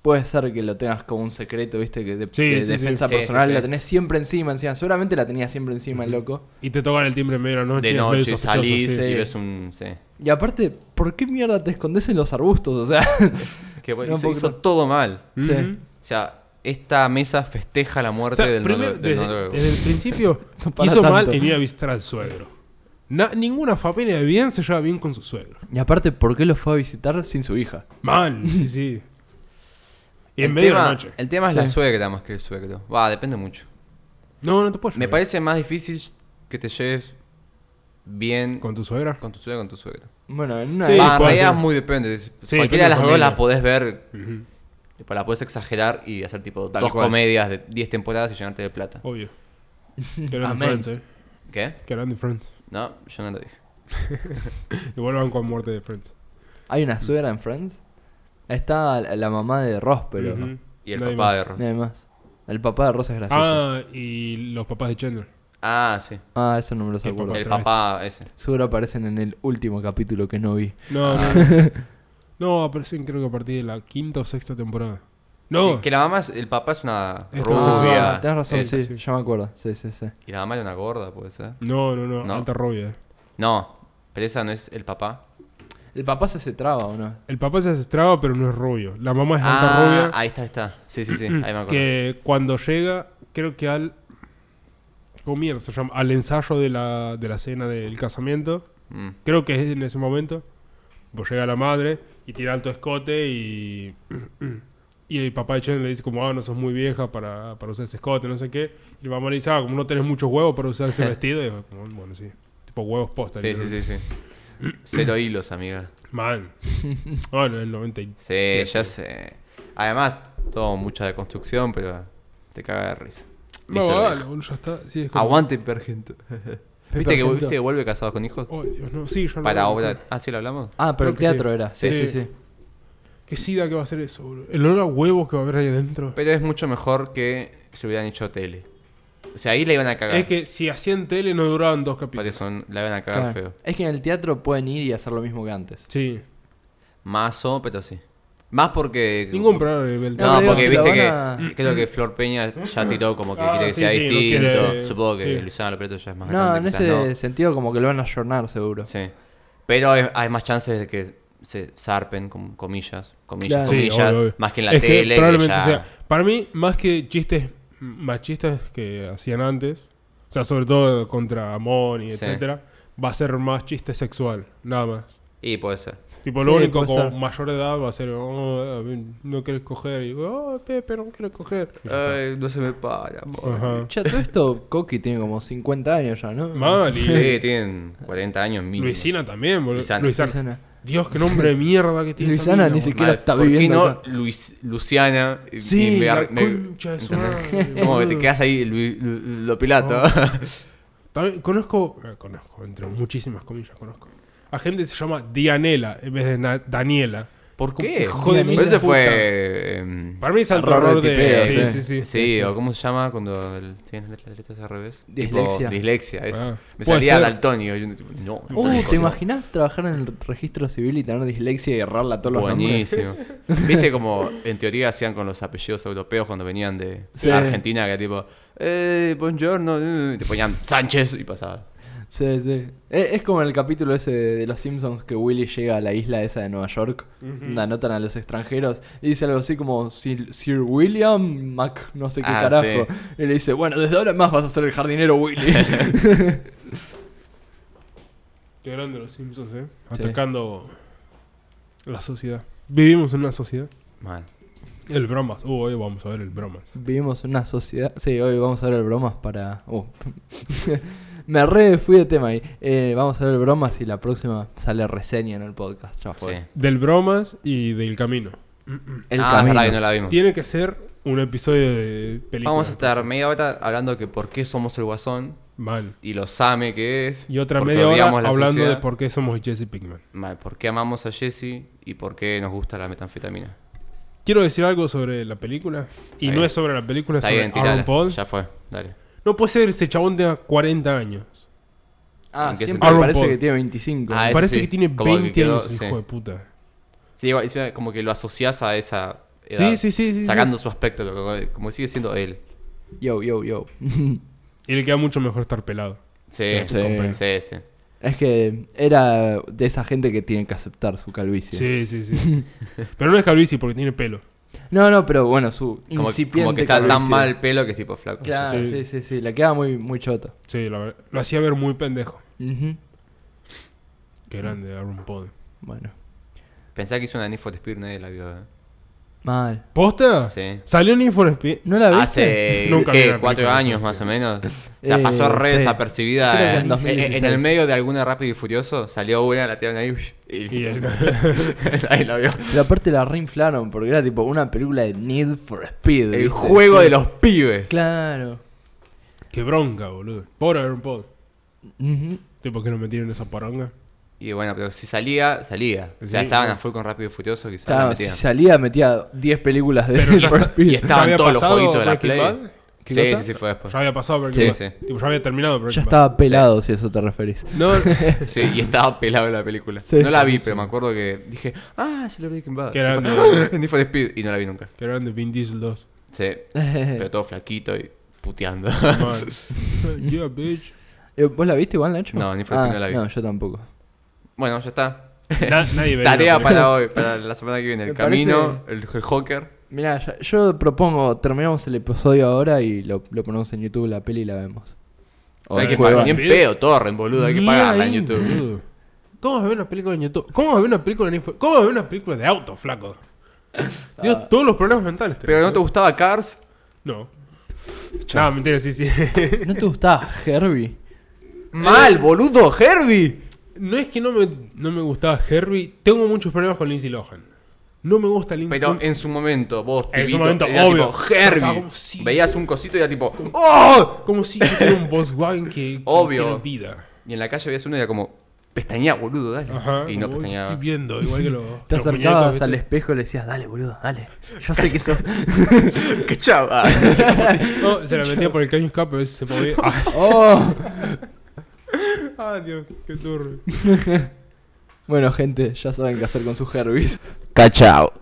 puede ser que lo tengas como un secreto, viste, que de,
Sí,
de
sí, sí.
defensa
Sí,
personal
sí, sí.
la tenés siempre encima, encima. Seguramente la tenía siempre encima el loco.
Y te tocan el timbre en medio de la noche.
de
es medio
noche
sospechoso,
salís
sí.
eh,
sí.
y ves un... Sí.
Y aparte, ¿por qué mierda te escondes en los arbustos? O sea,
Es que bueno,
No
hizo,
puedo
hizo
creer.
todo mal.
Ujú.
Sí.
O sea, esta mesa festeja la
Mm. O
muerte
sea,
del,
primero,
nor- del
desde,
noruego.
desde el principio
No para
hizo mal
tanto.
en ir a visitar al suegro. Na- ninguna familia bien se lleva bien con su suegro.
y aparte, ¿por qué lo fue a visitar sin su hija?
Mal, sí, sí. Y en
El
medio de
tema-
la noche.
El tema es la
Sí.
suegra más que el suegro. Va, depende mucho.
No, no te puedes
Me
llevar
parece más difícil que te lleves bien
bien
con,
con tu suegra.
tu suegra con tu suegro.
Bueno, en una
Sí,
Va, en
puede
realidad
ser.
muy depende. Si-
Sí, depende
Cualquiera de
de
las dos
familia.
la podés ver,
Ujú,
la podés exagerar y hacer tipo
Tal
dos
cual.
comedias de 10 temporadas y llenarte de plata.
Obvio. Que eran de
Amén.
Friends, eh.
¿Qué?
Que eran de Friends.
No, yo no lo dije.
Igual van con muerte de Friends.
¿Hay una suegra en Friends? Está la la mamá de Ross, pero
Ujú.
Y el
Nadie
papá
más.
de Ross.
nadie más. El papá de Ross es gracioso. Ah,
Ah, y los papás de Chandler.
Ah, sí.
eso no me lo
El
acuerdo.
papá.
El
Otra
papá ese.
Seguro aparecen en el último capítulo que no vi.
No, no. no, aparecen creo que a partir de la quinta o sexta temporada. No,
Que, que la mamá, es- el papá es una
Esto no se
rubia.
Ah, tenés razón,
Es-
sí,
sí.
ya me acuerdo. Sí, sí, sí.
Y la mamá era una gorda, puede ser.
no, no, no,
No.
alta rubia.
No, pero esa no es el papá.
¿El papá se se traba o no?
El papá se estraba, pero no es rubio. La mamá es alta
ah,
rubia.
ahí está, ahí está. Sí, sí, sí, ahí me acuerdo.
Mm, que cuando llega, creo que al. ¿Cómo mierda se llama? Al ensayo de la, de la cena del casamiento.
Mm.
Creo que es en ese momento. Pues llega la madre y tira alto escote y. Y el papá de Chen le dice como, ah, no sos muy vieja para, para usar ese escote, no sé qué. Y la mamá le dice, ah, como no tenés muchos huevos para usar ese vestido. Y yo como, bueno, sí. Tipo huevos posta.
Sí, sí, sí, sí. Cero hilos, amiga.
Man. Bueno, en el 90 y-
Sí,
Sí,
ya sé. Además, todo mucha deconstrucción, pero te caga de risa.
No,
Listo, lo
dale,
dejo.
boludo, ya está. Sí, es como-
Aguante, Pergento. ¿Viste que,
Perfecto.
viste que vuelve casado con hijos?
Ay, Dios, Oh, no, sí, ya lo
Para
hablamos.
obra. Ah, sí, lo hablamos.
Ah, pero
Creo
el
que sí.
teatro era. Sí, sí,
Sí.
sí.
Qué sida que va a ser eso, boludo. El olor a huevos que va a haber ahí adentro.
Pero es mucho mejor que si hubieran hecho tele. O sea, ahí la iban a cagar.
Es que si hacían tele no duraban dos
Por
capítulos.
eso la iban a cagar
Claro.
feo.
Es que en el teatro pueden ir y hacer lo mismo que antes.
Sí.
Mazo, pero sí. Más porque.
Ningún programa de Beltrán.
No,
No, pero
porque
digo, si
viste que.
la van
Creo que Flor Peña ya tiró como que
Ah,
quiere que
sí,
sea
sí, no
distinto.
quiere-
Supongo que
sí.
Luciana Lopreto ya es más
No, en
grande. quizás
ese sentido como que lo van a ayornar seguro.
no. Sí. Pero hay, hay más chances de que se zarpen, com- comillas. Comillas,
Claro.
Sí,
comillas.
obvio, obvio.
Más que en la
Es que
tele. que
probablemente
ya-
sea. Para mí, más que chistes machistas que hacían antes, o sea, sobre todo contra Amon y
Sí.
etcétera, va a ser más chiste sexual, nada más.
Y puede ser.
Tipo, lo
Sí,
único
puede
con
ser.
mayor edad va a ser, "Oh, eh, no quieres coger. Y, oh, Pepe, no quiero coger. Y ya está.
no se me para,
Ajá.
Che, todo esto, Coqui tiene como 50 años ya, ¿no?
Mal, y
Sí, tienen 40 años mínimo.
eh, Luisina también, boludo.
Luisana.
Luisana.
Luisana.
Dios, qué nombre de mierda que tiene. esa
Luisana
mina,
ni
boludo.
siquiera- está
¿Por qué
viviendo
no
acá.
Luis- Luciana? Y-
Sí,
y me-
la
me-
concha de Ah. su madre,
Como que te
boludo.
quedas ahí, Lu- Lu- lo pilato.
También conozco, eh, conozco, entre muchísimas comillas, conozco. A gente que se llama Dianela en vez de Na- Daniela.
¿Por
qué?
qué?
Hijo
de
Pero
mil
ese
puta.
fue. em,
Para mí es alto
Error de
error de.
tipeo, sí.
sí, sí, sí,
Sí,
sí,
o cómo se llama cuando el- tienes las letras al revés. Tipo,
Dislexia.
dislexia, eso.
Ah.
Me
Puede
salía
ser.
daltónico. Yo, tipo, no,
Uh,
daltónico.
¿te imaginas trabajar en el registro civil y tener dislexia y errarla a todos los nombres?
Buenísimo. Viste como en teoría hacían con los apellidos europeos cuando venían de
Sí.
Argentina, que tipo, eh, buongiorno, eh, y te ponían Sánchez y pasaba.
Sí, sí. E, Es, es como en el capítulo ese de, de Los Simpsons que Willy llega a la isla esa de Nueva York, donde anotan a los extranjeros y dice algo así como Sir, Sir William Mac, no sé qué
Ah,
carajo. Y le dice, bueno, desde ahora en más vas a ser el jardinero Willy.
Qué grande los Simpsons, ¿eh?
Sí.
Atacando la sociedad. Vivimos en una sociedad.
Mal.
El bromas. Uh, hoy vamos a ver el bromas.
Vivimos en una sociedad. Sí, hoy vamos a ver el bromas para. Uh. Me re fui de tema ahí. Eh, vamos a ver el bromas y la próxima sale reseña en el podcast. Ya
Sí.
fue.
Del bromas y del camino.
El
ah, es
camino.
verdad que no la vimos.
Tiene que ser un episodio de película.
Vamos a estar media hora hablando que por qué somos el guasón
Mal.
y lo same que es.
Y otra
porque
media hora
odiamos la
hablando de
sociedad.
por qué somos Jesse Pinkman.
Mal, por qué amamos a Jesse y por qué nos gusta la metanfetamina.
Quiero decir algo sobre la película. Y
Está
no
bien.
es sobre la película, es
Está
sobre
bien,
Aaron
tirala.
Paul.
Ya fue, dale.
No puede ser ese chabón tenga 40 años.
Ah,
¿En qué
siempre
sentido?
parece
Aaron
que
Paul.
tiene 25.
Ah, eso
Parece
sí.
que tiene
Como que
20
quedó-
años,
sí.
hijo de puta.
Sí, igual, encima como que lo asocias a esa edad.
Sí, sí, sí, sí.
Sacando su aspecto, como- como sigue siendo él.
Yo, yo, yo.
sí. Y le queda mucho mejor estar pelado.
Sí,
Sí.
sí, sí.
es que era de esa gente que tiene que aceptar su calvicie.
Sí, sí, sí. Pero no es calvicie porque tiene pelo.
No, no, pero bueno, su
Como,
incipiente.
como que está tan
calvicie.
mal el pelo que es tipo flaco.
Claro, sí,
Sí.
sí, sí. Le queda muy, muy chota.
Sí, la verdad. Lo hacía ver muy pendejo.
Ujú.
Qué grande Aaron Paul.
Bueno,
Pensaba que hizo una Need for Speed, nadie la vio. ¿eh?
mal. Eh,
¿Posta?
Sí.
Salió en for Speed.
¿No la viste?
Hace
Ah. Nunca vi
¿qué?
una
cuatro
película de
años
Need for
más o
Speed.
menos. O sea,
Eh,
pasó re
sí.
desapercibida.
Creo que en
eh.
2016.
En el medio de alguna Rápido y Furioso salió una, la tiraron ahí y,
Y él-
ahí la vio.
Pero aparte la reinflaron porque era tipo una película de Need for Speed.
El
¿viste?
juego de los pibes.
Claro.
Qué bronca, boludo. Por haber un pod.
Ujú.
Tipo, ¿Por qué no metieron esa paronga?
Y bueno, pero si salía, salía. O sea,
Sí,
estaban
sí.
a full con Rápido y Furioso, quizás la
Claro, si
metían.
salía metía 10 películas de
Pero ya
Brad
está-
Pitt.
Y estaban
había
todos los
pasado
jueguitos de la
Breaking
Play.
Bad?
¿Qué
Sí,
cosa?
sí, sí, fue después.
Ya había pasado Breaking
Sí,
Bad.
sí.
Tipo, ya había terminado Breaking
Ya
Bad.
estaba pelado, si a eso te referís.
No,
Sí, y estaba pelado la película.
Sí.
No la vi, pero me acuerdo que dije, ah, se lo vi Breaking Bad.
Que eran
Y fue,
de-
"Ah", en Need for Speed y no la vi nunca.
que eran de Vin Diesel 2.
Sí, pero todo flaquito y puteando.
Man. yeah, bitch.
Eh, ¿Vos la viste igual, Nacho?
No, ni fue
ah,
que no la vi.
No, yo tampoco.
bueno, ya está.
Na- nadie veía
Tarea
la película.
para hoy, para la semana que viene. El
Me
camino, el, el Joker.
Mirá, ya- yo propongo, terminamos el episodio ahora y lo, lo ponemos en YouTube la peli y la vemos. O
hay
en
que
Cuevana.
pagar. Ni en pedo, Torren, boludo. Hay que
Ni
pagarla en
ahí,
YouTube.
boludo. ¿Cómo vas a ver una película en YouTube? ¿Cómo vas a ver una película en Info- ¿Cómo vas a ver una película de auto, flaco? Dios, todos los problemas mentales.
Ah. Pero no te gustaba Cars.
No. No, mentira, sí, sí.
¿No te gustaba Herbie?
Eh.
Mal, boludo, Herbie.
no es que no me, no me gustaba Herbie. Tengo muchos problemas con Lindsay Lohan. No me gusta Lindsay
Pero en su momento, vos,
En su
pibito,
momento,
era
obvio.
tipo,
Estaba
Herbie.
como, sí.
Veías un cosito y era tipo, ¡Oh!
Como si yo tuviera un Volkswagen que, que
Obvio.
tiene vida.
Y en la calle veías uno y era como, pestañea, boludo, dale.
Ajá.
y no
como, "Uy,
pestañeaba.
Estoy viendo, igual que los.
Te
los
acercabas
muñecos,
al
¿viste?
espejo y le decías, dale, boludo, dale. Yo sé que sos...
¡Qué chava!
No, se la metía por el caño escape, a veces se podía.
¡Oh!
ah, Dios, qué turbio.
Bueno, gente, ya saben qué hacer con sus Herbies.
¡Cachao!